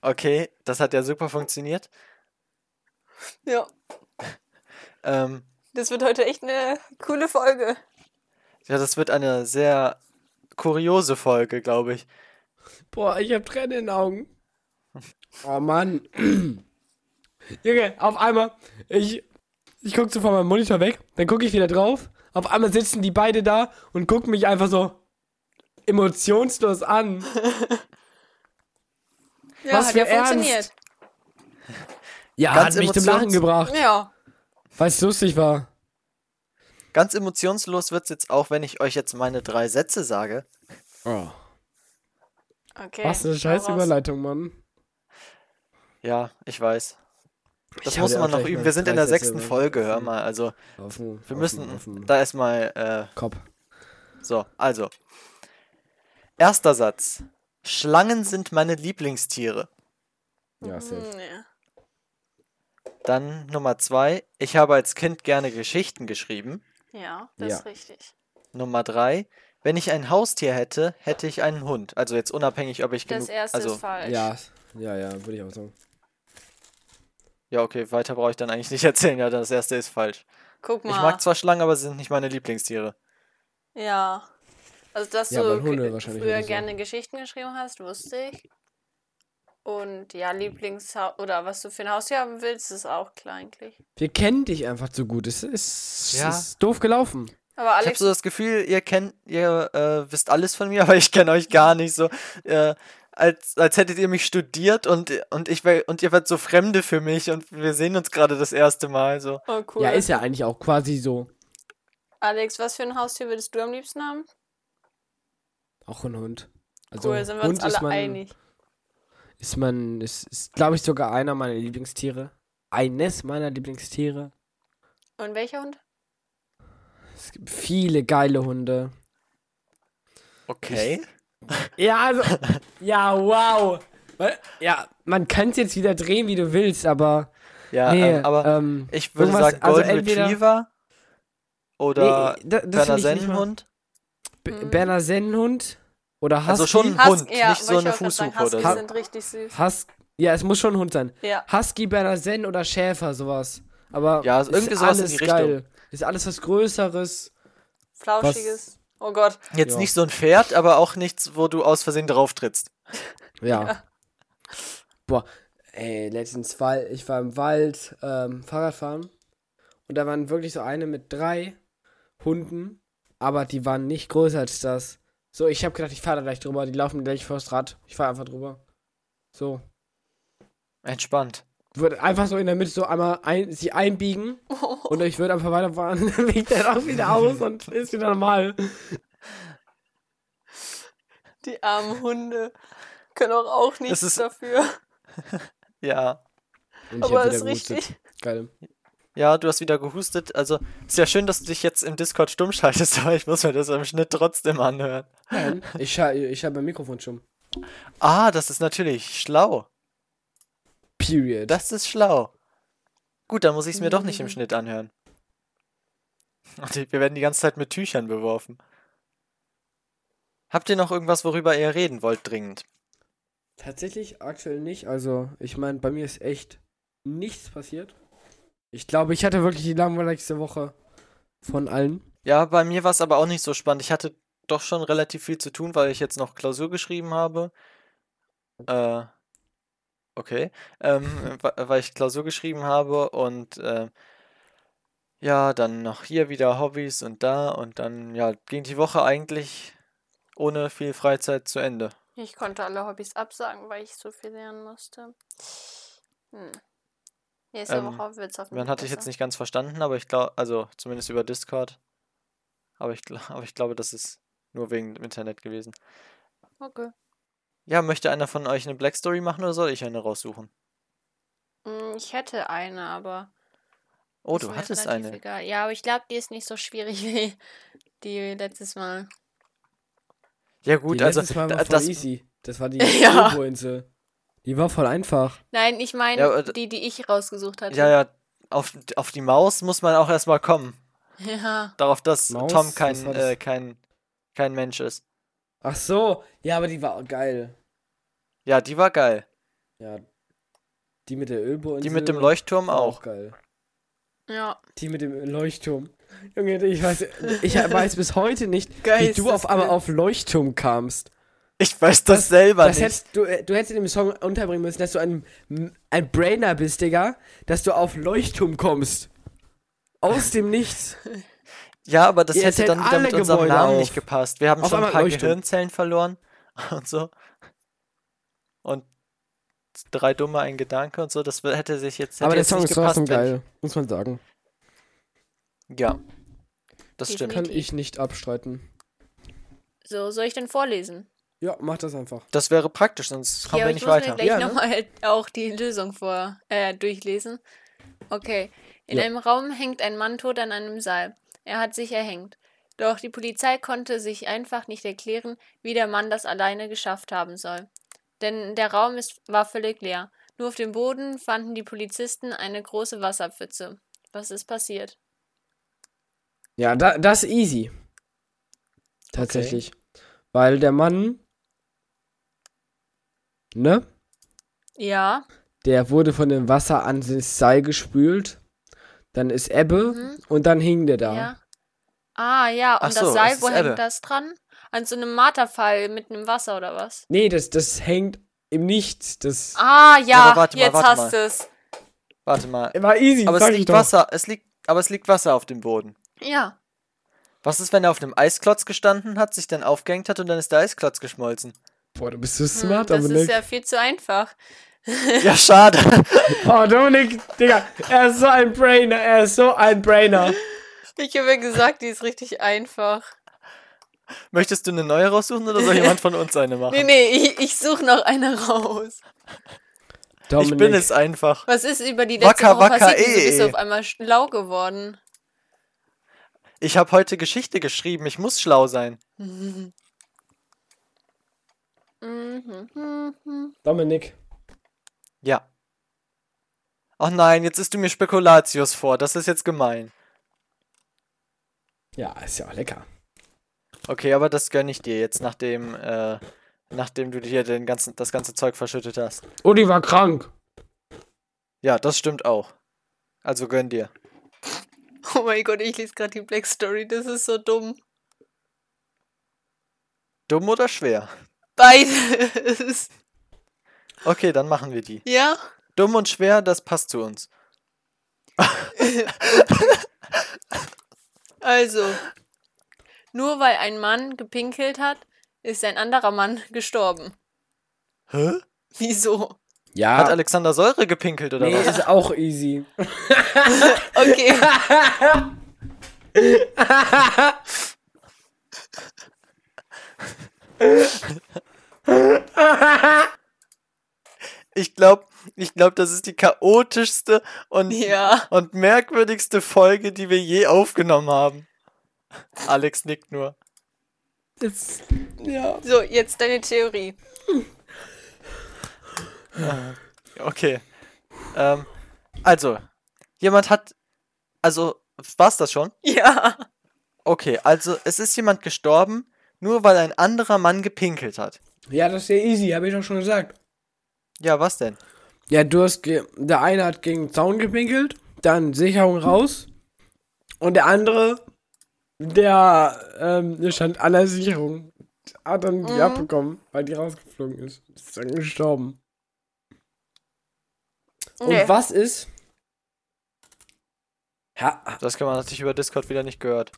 S2: Okay, das hat ja super funktioniert.
S4: ja.
S2: Ähm,
S4: Das wird heute echt eine coole Folge.
S2: ja, das wird eine sehr kuriose Folge, glaube ich.
S3: Boah, ich hab Tränen in den Augen. Oh Mann. Junge, auf einmal, ich, ich guck so von meinem Monitor weg, dann gucke ich wieder drauf. Auf einmal sitzen die beide da und gucken mich einfach so emotionslos an.
S4: Ja,
S3: Was
S4: hat
S3: für
S4: ja
S3: Ernst.
S4: funktioniert.
S3: Ja,
S2: Ganz
S3: hat mich zum
S2: emotions-
S3: Lachen gebracht,
S4: Ja.
S3: weil es lustig war.
S2: Ganz emotionslos wird es jetzt auch, wenn ich euch jetzt meine drei Sätze sage.
S3: Oh.
S4: Okay.
S3: Was eine scheiß
S4: hau raus.
S3: Überleitung, Mann.
S2: Ja, ich weiß. Das
S3: Ich
S2: muss
S3: hab ja
S2: man noch
S3: auch gleich
S2: üben.
S3: mal
S2: Wir sind in der
S3: drei Sätze
S2: sechsten
S3: über-
S2: Folge, hör mal. Also,
S3: Auf den,
S2: wir
S3: auf
S2: müssen
S3: den, auf den
S2: da erstmal äh,
S3: Kopf.
S2: So, also. Erster Satz. Schlangen sind meine Lieblingstiere.
S3: Ja, safe.
S4: Hm, ja.
S2: Dann Nummer zwei. Ich habe als Kind gerne Geschichten geschrieben.
S4: ja, das ist richtig.
S2: Nummer drei. Wenn ich ein Haustier hätte, hätte ich einen Hund. Also jetzt unabhängig, ob ich
S4: Das
S2: genug...
S4: erste
S2: also,
S4: ist falsch.
S3: Ja, ja, ja, würde ich auch sagen.
S2: ja, okay, weiter brauche ich dann eigentlich nicht erzählen. Ja, das erste ist falsch.
S4: Guck mal.
S2: Ich mag zwar Schlangen, aber sie sind nicht meine Lieblingstiere.
S4: Ja. Also, dass
S3: Ja,
S4: du
S3: weil Hunde
S4: ge-
S3: wahrscheinlich
S4: früher
S3: oder so.
S4: gerne Geschichten geschrieben hast, wusste ich. Und ja, Lieblingshaus oder was du für ein Haustier haben willst, ist auch klar eigentlich.
S3: Wir kennen dich einfach zu gut. Es ist,
S2: Ja.
S3: es ist doof gelaufen.
S2: Ich
S4: Aber
S2: habe
S4: Alex,
S2: so das Gefühl, ihr kennt, ihr äh, wisst alles von mir, aber ich kenne euch gar nicht so. Äh, als, als hättet ihr mich studiert und, und, ich, wär- und ihr wart so Fremde für mich und wir sehen uns gerade das erste Mal. So.
S4: oh cool.
S3: Ja, ist ja eigentlich auch quasi so.
S4: Alex, was für ein Haustier würdest du am liebsten haben?
S3: Auch ein Hund. Also
S4: Cool, sind wir uns
S3: Hund
S4: alle
S3: ist man,
S4: einig.
S3: Ist man, ist, ist glaube ich sogar einer meiner Lieblingstiere. Eines meiner Lieblingstiere.
S4: Und welcher Hund?
S3: Es gibt viele geile Hunde.
S2: Okay.
S3: Ja, also, ja, wow. Weil- Ja, man kann es jetzt wieder drehen, wie du willst, aber.
S2: Ja,
S3: nee,
S2: ähm, aber
S3: ähm,
S2: ich würde
S3: irgendwas-
S2: sagen, Golden
S3: also entweder-
S2: Retriever oder
S3: nee, da, das
S2: Berner
S3: finde ich nicht mal-
S2: Sennenhund.
S3: B-
S4: Mhm.
S3: Berner Sennenhund oder Husky.
S2: Also schon-
S4: Hus
S2: Hund, nicht so
S4: wollte
S2: eine
S4: ich auch grad sagen,
S2: Fußhupe oder
S4: Huskies
S2: so.
S4: sind richtig süß.
S3: Hus ja, es muss schon ein Hund sein.
S4: Ja.
S3: Husky, Berner Senn oder Schäfer, sowas. Aber
S2: Ja, also irgendwie sowas in die Richtung.
S3: Ist alles was Größeres.
S4: Flauschiges. Oh Gott.
S2: Jetzt
S3: ja.
S2: nicht so ein Pferd, aber auch nichts, wo du aus Versehen drauf trittst.
S3: Ja. Boah, ey, letztens war ich war im Wald ähm, Fahrradfahren und da waren wirklich so eine mit drei Hunden, aber die waren nicht größer als das. So, ich habe gedacht, ich fahre da gleich drüber, die laufen gleich vors Rad. Ich fahre einfach drüber. So.
S2: Entspannt.
S3: Würde einfach so in der Mitte so einmal ein, sie einbiegen und ich würde einfach weiterfahren. Dann biegt er auch wieder aus und ist wieder normal.
S4: Die armen Hunde können auch, auch nichts
S2: ist-
S4: dafür.
S2: Ja.
S3: Und ich
S4: Aber
S3: hab
S4: ist
S3: wieder gehustet.
S4: richtig.
S3: Geil.
S2: Ja, du hast wieder gehustet. Also, ist ja schön, dass du dich jetzt im Discord stumm schaltest, aber ich muss mir das im Schnitt trotzdem anhören.
S3: Nein, ich, scha- ich habe mein Mikrofon schon.
S2: Ah, das ist natürlich schlau.
S3: Period.
S2: Das ist schlau. Gut, dann muss ich es mir doch nicht
S3: Mhm.
S2: im Schnitt anhören. Und die- wir werden die ganze Zeit mit Tüchern beworfen. Habt ihr noch irgendwas, worüber ihr reden wollt, dringend?
S3: Tatsächlich aktuell nicht. Also, ich meine, bei mir ist echt nichts passiert. Ich glaube, ich hatte wirklich die langweiligste Woche von allen.
S2: Ja, bei mir war es aber auch nicht so spannend. Ich hatte doch schon relativ viel zu tun, weil ich jetzt noch Klausur geschrieben habe. Äh, okay. Ähm, wa- weil ich Klausur geschrieben habe und äh, ja, dann noch hier wieder Hobbys und da und dann, ja, ging die Woche eigentlich ohne viel Freizeit zu Ende.
S4: Ich konnte alle Hobbys absagen, weil ich so viel lernen musste. Hm. Nächste
S2: Ähm,
S4: Woche wird es hoffentlich
S2: Man hatte ich jetzt
S4: besser.
S2: nicht ganz verstanden, aber ich glaube, also zumindest über Discord. Aber ich, gl- aber ich glaube, das ist nur wegen dem Internet gewesen.
S4: Okay.
S2: Ja, möchte einer von euch eine Black Story machen oder soll ich eine raussuchen?
S4: Hm, Ich hätte eine, aber.
S2: Oh,
S4: ist
S2: du
S4: mir
S2: hattest
S4: relativ
S2: eine.
S4: Egal. Ja, aber ich glaube, die ist nicht so schwierig wie die letztes Mal.
S2: Ja, gut,
S3: die
S2: also
S3: letztes Mal
S2: da-
S3: war voll
S2: das,
S3: easy. Das war die
S4: Ja.
S3: Turbo-Insel. Die war voll einfach.
S4: Nein, ich meine
S2: Ja, aber d-
S4: die, die ich rausgesucht hatte.
S2: ja, ja, auf, auf die Maus muss man auch erstmal kommen.
S4: Ja.
S2: Darauf, dass
S3: Maus?
S2: Tom
S3: Was
S2: kein,
S3: war das?
S2: äh, kein, kein Mensch ist.
S3: Ach so, ja, aber die war geil.
S2: Ja, die war geil.
S3: Ja. Die mit der Ölbohrinsel.
S2: Die mit dem Leuchtturm
S3: war
S2: auch.
S3: geil.
S4: Ja.
S3: Die mit dem Leuchtturm. Junge, ich weiß, ich weiß bis heute nicht, wie du auf einmal
S4: Geistesblitz.
S3: auf Leuchtturm kamst.
S2: Ich weiß das, selber
S3: Das
S2: nicht.
S3: hättest, du, äh, du hättest in dem Song unterbringen müssen, dass du ein, ein Brainer bist, Digga, dass du auf Leuchtturm kommst. Aus dem Nichts.
S2: Ja, aber das
S3: Ihr
S2: hätte
S3: zählt
S2: dann wieder
S3: alle
S2: mit unserem
S3: Gebäude
S2: Namen nicht
S3: auf.
S2: gepasst. Wir haben
S3: Auf
S2: schon ein
S3: einmal
S2: paar
S3: Leuchtturm.
S2: Gehirnzellen verloren und so. Und drei Dumme, ein Gedanke und so. Das wär- hätte sich jetzt, hätte
S3: aber der
S2: jetzt
S3: Song
S2: nicht
S3: ist
S2: gepasst.
S3: trotzdem
S2: wenn
S3: geil, muss man sagen.
S2: Ich, ja, das stimmt.
S4: Definitiv.
S3: Kann ich nicht abstreiten.
S4: So, soll ich denn vorlesen?
S3: Ja, mach das einfach.
S2: Das wäre praktisch, sonst kommen
S4: ja,
S2: wir
S4: aber ich
S2: nicht
S4: muss
S2: weiter.
S4: mir gleich
S3: Ja, ne?
S4: nochmal auch die Lösung vor äh, durchlesen. Okay. In
S3: Ja.
S4: einem Raum hängt ein Mann tot an einem Seil. Er hat sich erhängt. Doch die Polizei konnte sich einfach nicht erklären, wie der Mann das alleine geschafft haben soll. Denn der Raum ist, war völlig leer. Nur auf dem Boden fanden die Polizisten eine große Wasserpfütze. Was ist passiert?
S3: Ja, da, das ist easy. Tatsächlich. Weil der Mann, ne,
S4: Ja.
S3: der wurde von dem Wasser an das Seil gespült. Dann ist Ebbe
S4: Mhm.
S3: und dann hing der da.
S4: Ja. Ah, ja,
S2: Ach
S4: und
S2: so,
S4: das
S2: es
S4: Seil,
S2: ist
S4: wo
S2: Ebbe.
S4: hängt das dran? An so einem Marterpfahl mitten im Wasser oder was?
S3: Nee, das, das hängt im Nichts. Das
S4: Ah, ja,
S2: aber warte mal,
S4: jetzt
S2: warte
S4: hast
S2: mal.
S4: es.
S2: Warte mal.
S3: war easy.
S2: Aber
S3: sag
S2: es
S3: ich
S2: liegt
S3: doch.
S2: Wasser, es liegt, aber es liegt Wasser auf dem Boden.
S4: Ja.
S2: Was ist, wenn er auf einem Eisklotz gestanden hat, sich dann aufgehängt hat und dann ist der Eisklotz geschmolzen?
S3: Boah, du bist so
S4: Hm,
S3: smart,
S4: das
S3: Dominik.
S4: ist ja viel zu einfach.
S2: Ja, schade.
S3: Oh, Dominik, Digga, er ist so ein Brainer. Er ist so ein Brainer.
S4: Ich habe ja gesagt, die ist richtig einfach.
S2: Möchtest du eine neue raussuchen oder soll jemand von uns eine machen?
S4: Nee, nee, ich, ich suche noch eine raus.
S2: ich bin es einfach.
S4: Was ist über die letzte
S2: Waka,
S4: Woche
S2: waka,
S4: passiert? Wieso bist du
S2: eh.
S4: auf einmal schlau geworden?
S2: Ich habe heute Geschichte geschrieben. Ich muss schlau sein.
S4: Mhm, mhm, mhm.
S3: Dominik.
S2: Ja. Oh nein, jetzt isst du mir Spekulatius vor. Das ist jetzt gemein.
S3: Ja, ist ja auch lecker.
S2: Okay, aber das gönne ich dir jetzt, nachdem, äh, nachdem du dir den ganzen, das ganze Zeug verschüttet hast.
S3: Uli war krank.
S2: Ja, das stimmt auch. Also gönn dir.
S4: Oh mein Gott, ich lese gerade die Black Story. Das ist so dumm.
S2: Dumm oder schwer?
S4: Beides.
S2: Okay, dann machen wir die.
S4: Ja?
S2: Dumm und schwer, das passt zu uns.
S4: Also, nur weil ein Mann gepinkelt hat, ist ein anderer Mann gestorben.
S2: Hä?
S4: Wieso?
S3: Ja.
S2: Hat Alexander Säure gepinkelt oder
S3: Ah. Nee,
S2: was?
S3: ist auch easy.
S4: Okay.
S2: Ich glaube, ich glaub, das ist die chaotischste und,
S4: Ja.
S2: und merkwürdigste Folge, die wir je aufgenommen haben. Alex nickt nur.
S3: Das, ja.
S4: So, jetzt deine Theorie.
S2: Okay. Ähm, also, jemand hat. Also, war's das schon?
S4: Ja.
S2: Okay, also, es ist jemand gestorben, nur weil ein anderer Mann gepinkelt hat.
S3: ja, das ist ja easy, habe ich doch schon gesagt.
S2: Ja, was denn?
S3: Ja, du hast. Ge der eine hat gegen den Zaun gepinkelt, dann Sicherung raus. Und der andere, der ähm, stand an der Sicherung, hat dann die
S4: Mhm.
S3: abbekommen, weil die rausgeflogen ist. Ist dann gestorben.
S4: Nee.
S3: Und was ist. Ha,
S2: Das kann man natürlich über Discord wieder nicht gehört.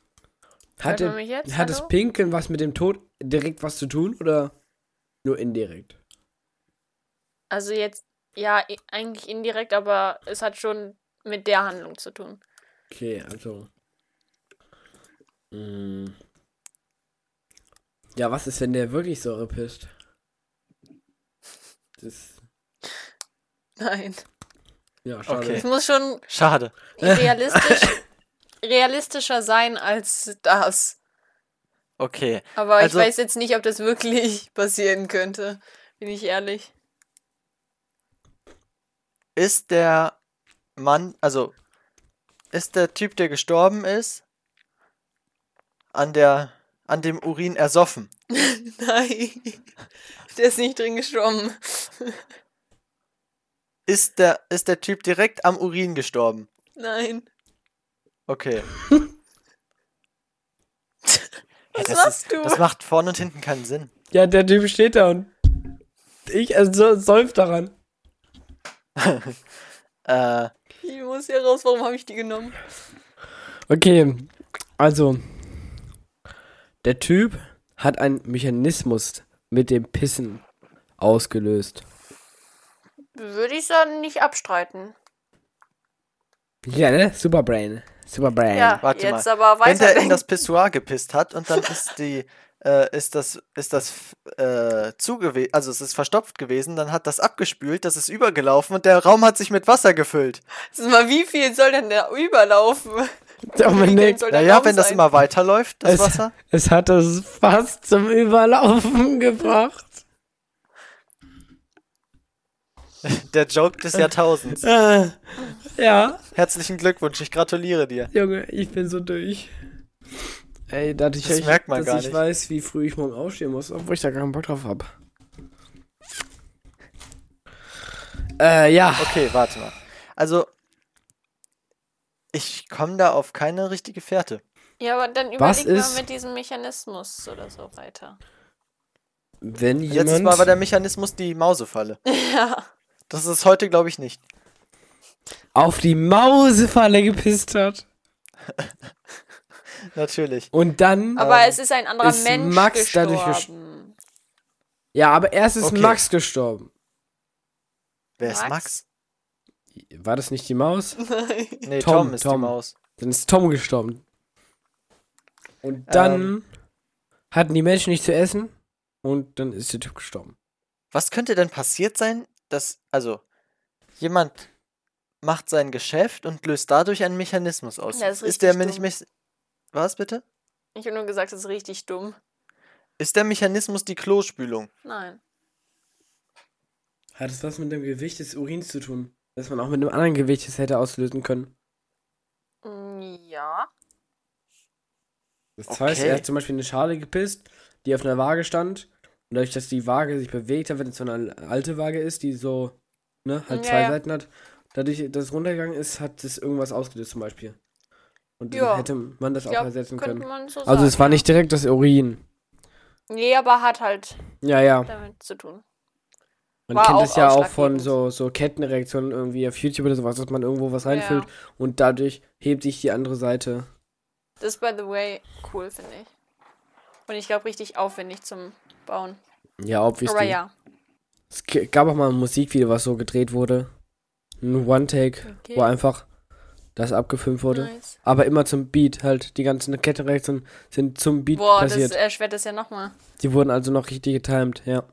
S4: Hört
S3: hat,
S4: man
S3: der,
S4: mich jetzt?
S3: hat
S4: Hallo?
S3: das Pinkeln was mit dem Tod direkt was zu tun oder nur indirekt?
S4: Also jetzt, ja, i- eigentlich indirekt, aber es hat schon mit der Handlung zu tun.
S3: Okay, also. Mm. Ja, was ist, wenn der wirklich Säure pisst? Das.
S4: Nein.
S3: Ja, schade.
S2: Okay.
S4: Es muss schon
S2: Schade.
S4: realistisch, realistischer sein als das.
S2: Okay.
S4: Aber
S2: Also-
S4: ich weiß jetzt nicht, ob das wirklich passieren könnte. Bin ich ehrlich.
S2: Ist der Mann, also ist der Typ, der gestorben ist, an der an dem Urin ersoffen?
S4: Nein. Der ist nicht drin geschwommen.
S2: Ist der ist der Typ direkt am Urin gestorben?
S4: Nein.
S2: Okay.
S4: Was
S2: das
S4: machst
S2: ist,
S4: du?
S2: Das macht vorne und hinten keinen Sinn.
S3: Ja, der Typ steht da und. Ich also, säuft daran.
S2: Äh,
S4: Ich muss hier raus. Warum habe ich die genommen?
S3: Okay, also. Der Typ hat einen Mechanismus mit dem Pissen ausgelöst.
S4: Würde ich sagen, nicht abstreiten.
S3: Ja, ne? Superbrain. Superbrain.
S4: Ja,
S2: warte
S4: jetzt
S2: mal.
S4: aber
S2: wenn der
S4: weiter.
S2: in das Pissoir gepisst hat und dann ist die äh, ist das ist das äh, zugewesen, also es ist verstopft gewesen, dann hat das abgespült, das ist übergelaufen und der Raum hat sich mit Wasser gefüllt.
S4: Mal, wie viel soll denn da überlaufen?
S2: Oh,
S3: Dominik,
S4: Soll der
S2: Naja,
S4: Raum
S2: wenn das
S4: sein?
S2: immer weiterläuft, das
S3: Es-
S2: Wasser.
S3: es hat es fast zum Überlaufen gebracht.
S2: Der Joke des Jahrtausends.
S3: Äh, ja.
S2: Herzlichen Glückwunsch, ich gratuliere dir.
S3: Junge, ich bin so durch. Ey, dadurch,
S2: Das
S3: ich,
S2: merkt man
S3: dass
S2: gar
S3: ich
S2: nicht.
S3: weiß, wie früh ich morgen aufstehen muss, obwohl ich da gar keinen Bock drauf hab. Äh, ja.
S2: Okay, warte mal. Also ich komme da auf keine richtige Fährte.
S4: Ja, aber dann
S3: Was
S4: überleg mal
S3: ist-
S4: mit diesem Mechanismus oder so weiter.
S2: Ähm,
S3: Wenn jemand...
S2: Letztes Mal war der Mechanismus die Mausefalle.
S4: Ja.
S2: Das ist heute, glaube ich, nicht.
S3: auf die Mausefalle gepisst hat
S2: Natürlich.
S3: und dann...
S4: Aber es ist ein anderer
S3: ist
S4: Mensch
S3: Max
S4: gestorben.
S3: dadurch gest- ja, aber erst ist
S2: Okay.
S3: Max gestorben.
S2: Wer ist
S4: Max?
S2: Max?
S3: War das nicht die Maus?
S4: Nein.
S2: Nee, Tom,
S3: Tom,
S2: ist die
S3: Tom.
S2: Maus.
S3: Dann ist Tom gestorben. Und dann hatten die Menschen nichts zu essen und dann ist der Typ gestorben.
S2: Was könnte denn passiert sein, dass, also, jemand macht sein Geschäft und löst dadurch einen Mechanismus aus?
S4: Ja, das ist
S2: der
S4: richtig dumm.
S2: Mechanismus. Was bitte?
S4: Ich habe nur gesagt, das ist richtig dumm.
S2: Ist der Mechanismus die Klospülung?
S4: Nein.
S3: Hat es was mit dem Gewicht des Urins zu tun? Dass man auch mit einem anderen Gewicht es hätte auslösen können.
S4: Mm, Ja.
S3: Das heißt,
S2: Okay.
S3: er hat zum Beispiel eine Schale gepisst, die auf einer Waage stand. Und dadurch, dass die Waage sich bewegt hat, wenn es so eine alte Waage ist, die so, ne, halt
S4: Ja,
S3: zwei
S4: ja.
S3: Seiten hat, dadurch, dass es runtergegangen ist, hat es irgendwas ausgelöst zum Beispiel. Und dann
S4: Ja.
S3: hätte man das
S4: Ich
S3: auch
S4: glaube,
S3: ersetzen
S4: könnte
S3: können.
S4: man so sagen.
S3: Also es war nicht direkt das Urin.
S4: Nee, aber hat halt
S3: Ja, ja.
S4: damit zu tun.
S3: Man
S4: War
S3: kennt
S4: auch
S3: das ja auch von
S4: ausschlaggebend.
S3: so, so Kettenreaktionen irgendwie auf YouTube oder sowas, dass man irgendwo was reinfüllt und dadurch hebt sich die andere Seite.
S4: Das ist, by the way, cool, finde ich. Und ich glaube, richtig aufwendig zum Bauen.
S3: Ja, obviously.
S4: Aber ja.
S3: Es g- gab auch mal ein Musikvideo, was so gedreht wurde. Ein One-Take,
S4: Okay.
S3: wo einfach das abgefilmt wurde.
S4: Nice.
S3: Aber immer zum Beat halt. Die ganzen Kettenreaktionen sind zum Beat
S4: Boah,
S3: passiert.
S4: das e- erschwert das ja nochmal.
S3: Die wurden also noch richtig getimed, ja.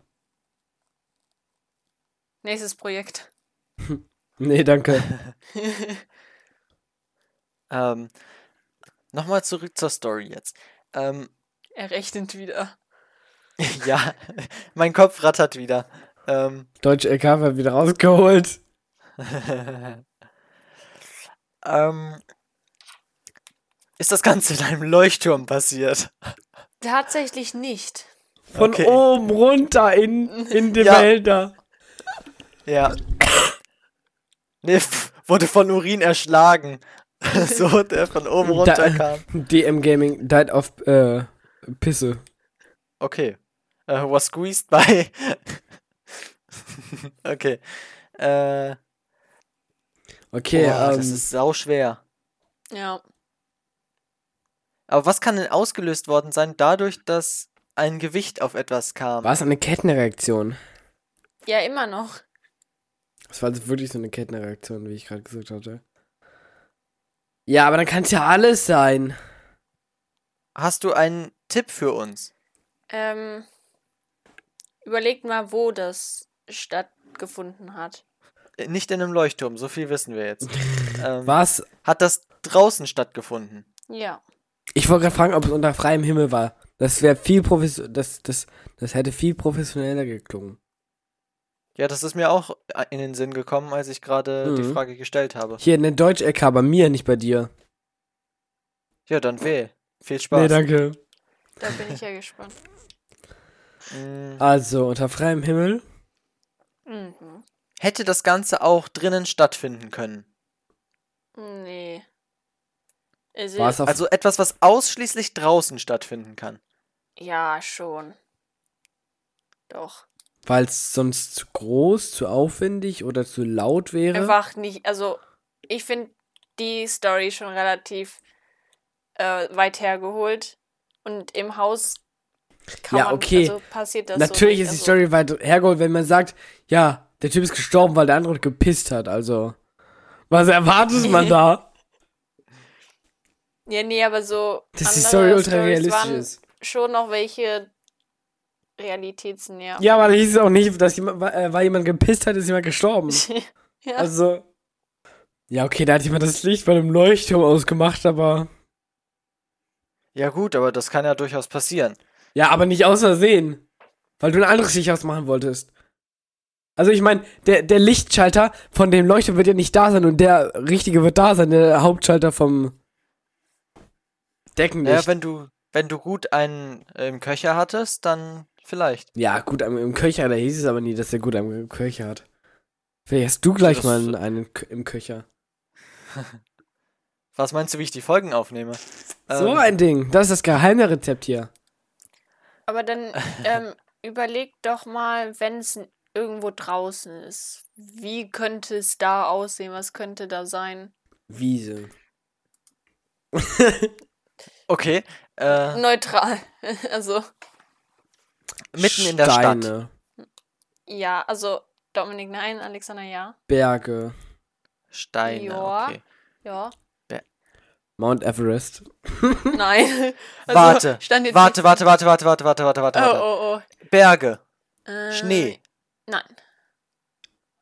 S4: Nächstes Projekt.
S3: Nee, danke.
S2: Ähm, Nochmal zurück zur Story jetzt. Ähm,
S4: er rechnet wieder.
S2: ja, mein Kopf rattert wieder. Ähm,
S3: Deutsche LK wird wieder rausgeholt.
S2: ähm, ist das Ganze in einem Leuchtturm passiert?
S4: Tatsächlich nicht.
S3: Von
S2: Okay.
S3: oben runter in, in den
S2: Ja.
S3: Behälter.
S2: Ja. nee, pf, wurde von Urin erschlagen. so, der von oben
S3: Da-
S2: runterkam.
S3: DM Gaming died of äh, Pisse.
S2: Okay. Äh, was squeezed by. okay. Äh,
S3: Okay,
S2: boah,
S3: ähm,
S2: das ist sauschwer.
S4: Ja.
S2: Aber was kann denn ausgelöst worden sein, dadurch, dass ein Gewicht auf etwas kam?
S3: war es eine Kettenreaktion?
S4: Ja, immer noch.
S3: Das war also wirklich so eine Kettenreaktion, wie ich gerade gesagt hatte. Ja, aber dann kann es ja alles sein.
S2: Hast du einen Tipp für uns?
S4: Ähm, überlegt mal, wo das stattgefunden hat.
S2: Äh, Nicht in einem Leuchtturm, so viel wissen wir jetzt. ähm,
S3: Was?
S2: hat das draußen stattgefunden?
S4: Ja.
S3: Ich wollte gerade fragen, ob es unter freiem Himmel war. Das wäre viel profes das, das, das hätte viel professioneller geklungen.
S2: Ja, das ist mir auch äh, in den Sinn gekommen, als ich gerade die
S3: Mhm.
S2: Frage gestellt habe.
S3: Hier, eine Deutsch-LK bei mir, nicht bei dir.
S2: Ja, dann wähl. Viel Spaß.
S3: danke.
S4: Da bin ich ja gespannt.
S2: Mm,
S3: Also, unter freiem Himmel.
S4: Mhm.
S2: Hätte das Ganze auch drinnen stattfinden können?
S4: Nee. Also,
S3: War es auf.
S2: Also etwas, was ausschließlich draußen stattfinden kann.
S4: ja, schon. Doch.
S3: Weil es sonst zu groß, zu aufwendig oder zu laut wäre.
S4: Einfach nicht. Also, ich finde die Story schon relativ äh, weit hergeholt. Und im Haus kann
S3: Ja,
S4: man,
S3: okay.
S4: also passiert das
S3: Natürlich
S4: so nicht.
S3: ist die
S4: also,
S3: Story weit hergeholt, wenn man sagt, ja, der Typ ist gestorben, weil der andere gepisst hat. Also, was erwartet man da?
S4: Ja, nee, aber so
S3: Dass die Story
S4: andere
S3: ultra
S4: Storys
S3: realistisch
S4: waren
S3: ist.
S4: schon noch welche realitätsnäher.
S3: Ja, aber da hieß es auch nicht, dass jemand, äh, weil jemand gepisst hat, ist jemand gestorben.
S4: Ja.
S3: Also, ja, okay, da hat jemand das Licht bei einem Leuchtturm ausgemacht, aber.
S2: Ja gut, aber das kann ja durchaus passieren.
S3: Ja, aber nicht aus Versehen. Weil du ein anderes Licht ausmachen wolltest. Also, ich meine, der, der Lichtschalter von dem Leuchtturm wird ja nicht da sein und der richtige wird da sein, der Hauptschalter vom. Deckenlicht.
S2: Naja, wenn du, wenn du gut einen im Köcher hattest, dann vielleicht.
S3: Ja, gut am, im Köcher, da hieß es aber nie, dass er gut am Köcher hat. Vielleicht hast du gleich
S2: Das-
S3: mal einen, einen K- im Köcher.
S2: Was meinst du, wie ich die Folgen aufnehme?
S3: so
S2: Ähm,
S3: ein Ding. Das ist das geheime Rezept hier.
S4: Aber dann ähm, überleg doch mal, wenn es n- irgendwo draußen ist, wie könnte es da aussehen? Was könnte da sein?
S3: Wiese.
S2: Okay, äh,
S4: Neutral. also,
S2: mitten in der
S3: Steine,
S2: Stadt.
S4: ja, also Dominik, nein, Alexander, ja.
S3: Berge.
S2: Steine,
S4: Joa.
S2: okay.
S4: Ja.
S3: Mount Everest. Hm?
S4: Nein. Also,
S2: Warte,
S4: stand jetzt
S2: warte,
S4: nicht-
S2: warte, warte, warte, warte, warte, warte, warte, warte.
S4: Oh, oh,
S2: Berge,
S4: oh. Äh,
S2: Schnee.
S4: Nein.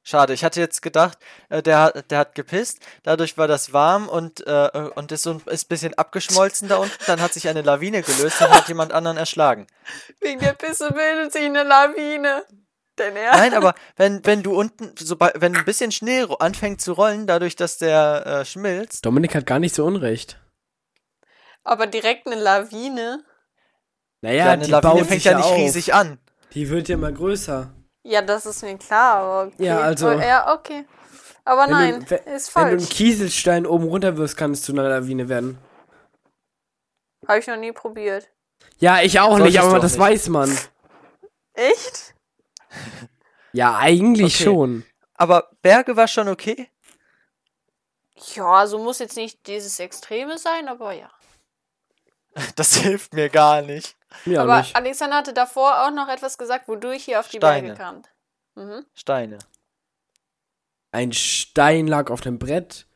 S2: Schade, ich hatte jetzt gedacht, äh, der, hat- der hat gepisst, dadurch war das warm und, äh, und ist so ein ist ein bisschen abgeschmolzen da unten, dann hat sich eine Lawine gelöst und hat jemand anderen erschlagen.
S4: Wegen der Pisse bildet sich eine Lawine. Denn er.
S2: Nein, aber wenn, wenn du unten, sobald, wenn ein bisschen Schnee ro- anfängt zu rollen, dadurch, dass der äh, schmilzt,
S3: Dominik hat gar nicht so unrecht.
S4: Aber direkt eine Lawine.
S3: Naja,
S2: deine
S3: die
S2: Lawine
S3: baut
S2: fängt
S3: sich
S2: ja nicht
S3: auf.
S2: riesig an.
S3: Die wird ja mal größer.
S4: Ja, das ist mir klar, aber okay.
S3: Ja, also-
S4: Oh, ja, okay. Aber
S3: Wenn
S4: nein,
S3: du, we-
S4: ist
S3: Wenn du einen
S4: falsch.
S3: Kieselstein oben runterwirfst, kann es zu einer Lawine werden.
S4: Habe ich noch nie probiert.
S3: Ja, ich auch
S2: Solltest
S3: nicht,
S2: du
S3: aber
S2: auch
S3: das
S2: nicht.
S3: weiß man.
S4: Echt?
S3: Ja, eigentlich
S2: Okay.
S3: schon.
S2: Aber Berge war schon okay?
S4: Ja, so muss jetzt nicht dieses Extreme sein, aber ja.
S2: Das hilft mir gar nicht.
S3: Mir auch
S4: aber
S3: nicht.
S4: Alexander hatte davor auch noch etwas gesagt, wodurch ihr auf die
S2: Steine.
S4: Berge kamt. Mhm.
S2: Steine.
S3: Ein Stein lag auf dem Brett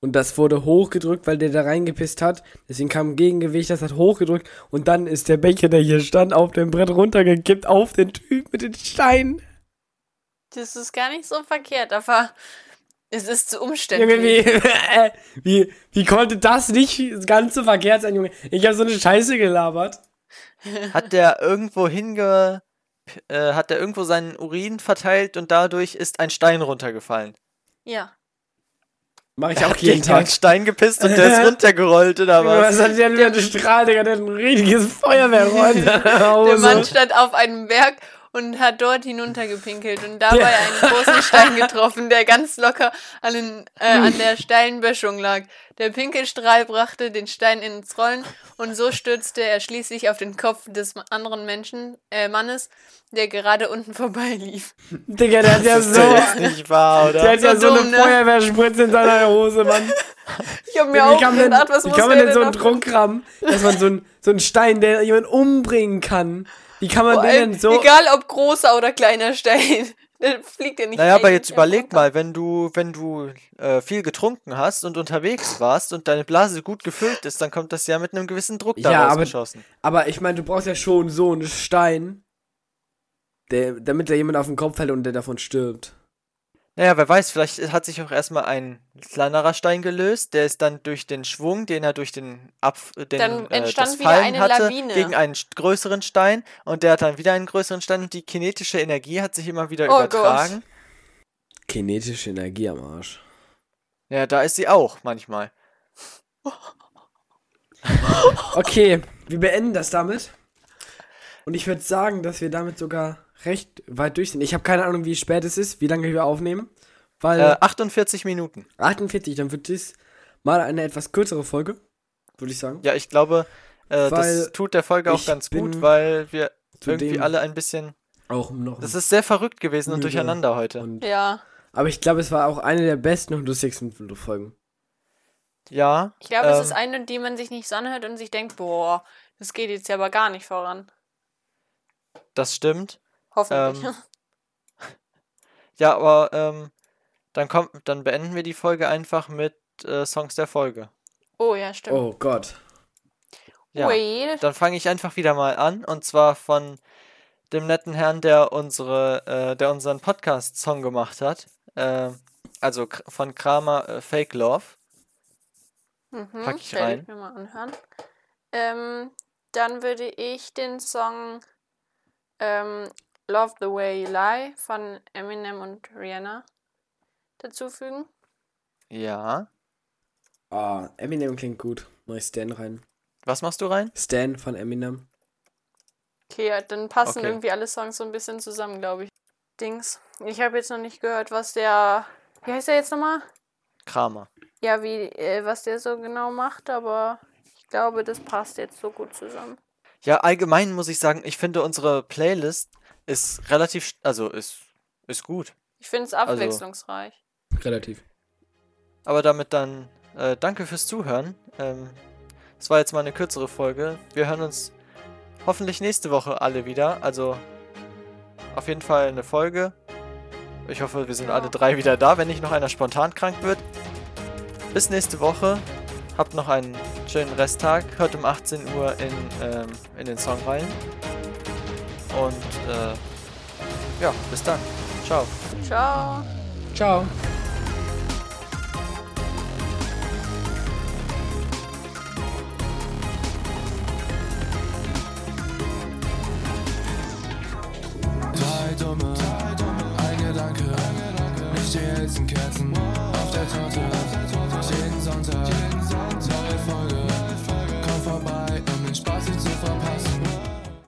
S3: und das wurde hochgedrückt, weil der da reingepisst hat. Deswegen kam ein Gegengewicht, das hat hochgedrückt und dann ist der Becher, der hier stand, auf dem Brett runtergekippt auf den Typ mit den Steinen.
S4: Das ist gar nicht so verkehrt, aber es ist zu
S3: Junge, wie,
S4: umständlich.
S3: äh, wie, wie konnte das nicht das ganze verkehrt sein, Junge? Ich habe so eine Scheiße gelabert.
S2: Hat der irgendwo hinge. Äh, hat der irgendwo seinen Urin verteilt und dadurch ist ein Stein runtergefallen?
S4: Ja.
S3: Mach ich auch
S2: Gegen
S3: jeden Tag.
S2: einen Stein gepisst und der ist runtergerollt oder
S3: Junge,
S2: was?
S3: was hat der denn für eine Strahl, Digga? Der hat ein riesiges Feuerwehr runter. nach
S4: Der Mann
S3: Hause.
S4: stand auf einem Berg und hat dort hinuntergepinkelt und dabei einen großen Stein getroffen, der ganz locker an, den, äh, an der steilen Böschung lag. Der Pinkelstrahl brachte den Stein ins Rollen und so stürzte er schließlich auf den Kopf des anderen Menschen, äh, Mannes, der gerade unten vorbeilief.
S3: Digga, der hat ja
S2: Das ist ja jetzt
S3: so.
S2: nicht wahr,
S3: Der
S2: oder?
S3: hat ja
S4: So
S3: so eine
S4: dumm, ne?
S3: Feuerwehrspritze in seiner Hose, Mann.
S4: Ich habe mir
S3: Wie
S4: auch
S3: kann man
S4: gedacht,
S3: denn,
S4: was
S3: wie
S4: muss
S3: kann man
S4: der
S3: denn so einen
S4: noch-
S3: Trunk haben, dass man so einen, so einen Stein, der jemanden umbringen kann? Wie kann man
S4: Vor
S3: den
S4: allem,
S3: denn so.
S4: Egal ob großer oder kleiner Stein. Dann fliegt er nicht
S2: Naja, aber
S4: ein,
S2: jetzt
S4: er
S2: überleg
S4: kommt
S2: mal, wenn du, wenn du äh, viel getrunken hast und unterwegs warst und deine Blase gut gefüllt ist, dann kommt das ja mit einem gewissen Druck da
S3: Ja, aber-
S2: rausgeschossen.
S3: Aber ich meine, du brauchst ja schon so einen Stein, der, damit da jemand auf den Kopf fällt und der davon stirbt.
S2: Naja, wer weiß, vielleicht hat sich auch erstmal ein kleinerer Stein gelöst, der ist dann durch den Schwung, den er durch den Ab den, äh,
S4: Dann entstand
S2: das
S4: wieder
S2: Fallen
S4: eine
S2: hatte,
S4: Lawine.
S2: gegen einen st- größeren Stein und der hat dann wieder einen größeren Stein und die kinetische Energie hat sich immer wieder
S4: Oh Gott.
S2: übertragen.
S3: Kinetische Energie am Arsch.
S2: Ja, da ist sie auch manchmal.
S3: Okay, wir beenden das damit. Und ich würde sagen, dass wir damit sogar recht weit durch sind. Ich habe keine Ahnung, wie spät es ist, wie lange wir aufnehmen. Weil
S2: Äh, 48 Minuten.
S3: 48, dann wird dies mal eine etwas kürzere Folge, würde ich sagen.
S2: Ja, ich glaube, äh,
S3: Weil
S2: das tut der Folge auch
S3: ich
S2: ganz gut,
S3: bin
S2: weil wir
S3: zudem-
S2: irgendwie alle ein bisschen.
S3: Auch noch.
S2: Das ist sehr verrückt gewesen und
S3: Müde.
S2: durcheinander heute.
S3: und,
S4: Ja,
S3: aber ich glaube, es war auch eine der besten und lustigsten Folgen.
S2: Ja.
S4: ich glaube, es
S2: ähm,
S4: ist eine, die man sich nicht so anhört und sich denkt, boah, das geht jetzt ja aber gar nicht voran.
S2: Das stimmt.
S4: Hoffentlich.
S2: Ähm, Ja, aber ähm, dann kommt, dann beenden wir die Folge einfach mit äh, Songs der Folge.
S4: oh ja, stimmt.
S3: Oh Gott.
S2: Ja.
S4: Ui.
S2: Dann fange ich einfach wieder mal an und zwar von dem netten Herrn, der unsere, äh, der unseren Podcast-Song gemacht hat. Äh, also K- von Kramer äh, Fake Love.
S4: Mhm,
S2: Pack ich
S4: werde
S2: rein.
S4: mir mal anhören. Ähm, dann würde ich den Song ähm, Love the Way You Lie von Eminem und Rihanna dazufügen.
S2: Ja.
S3: Ah, Eminem klingt gut. Mach ich Stan rein.
S2: Was machst du rein?
S3: Stan von Eminem.
S4: Okay, ja, dann passen
S2: Okay.
S4: irgendwie alle Songs so ein bisschen zusammen, glaube ich. Dings. Ich habe jetzt noch nicht gehört, was der. Wie heißt der jetzt nochmal?
S2: Kramer.
S4: Ja, wie, äh, was der so genau macht, aber ich glaube, das passt jetzt so gut zusammen.
S2: Ja, allgemein muss ich sagen, ich finde unsere Playlist ist relativ, st- also ist, ist gut.
S4: Ich finde es abwechslungsreich.
S3: Relativ.
S2: Aber damit dann äh, danke fürs Zuhören. Ähm, es war jetzt mal eine kürzere Folge. Wir hören uns hoffentlich nächste Woche alle wieder. Also auf jeden Fall eine Folge. Ich hoffe, wir sind
S4: Ja.
S2: alle drei wieder da, wenn nicht noch einer spontan krank wird. Bis nächste Woche. Habt noch einen schönen Resttag. Hört um 18 Uhr in, ähm, in den Song rein. Und äh, ja, bis dann. Ciao.
S4: Ciao.
S3: Ciao.
S5: Drei dumme, ein Gedanke. Ich stehe jetzt in Kerzen auf der Torte. um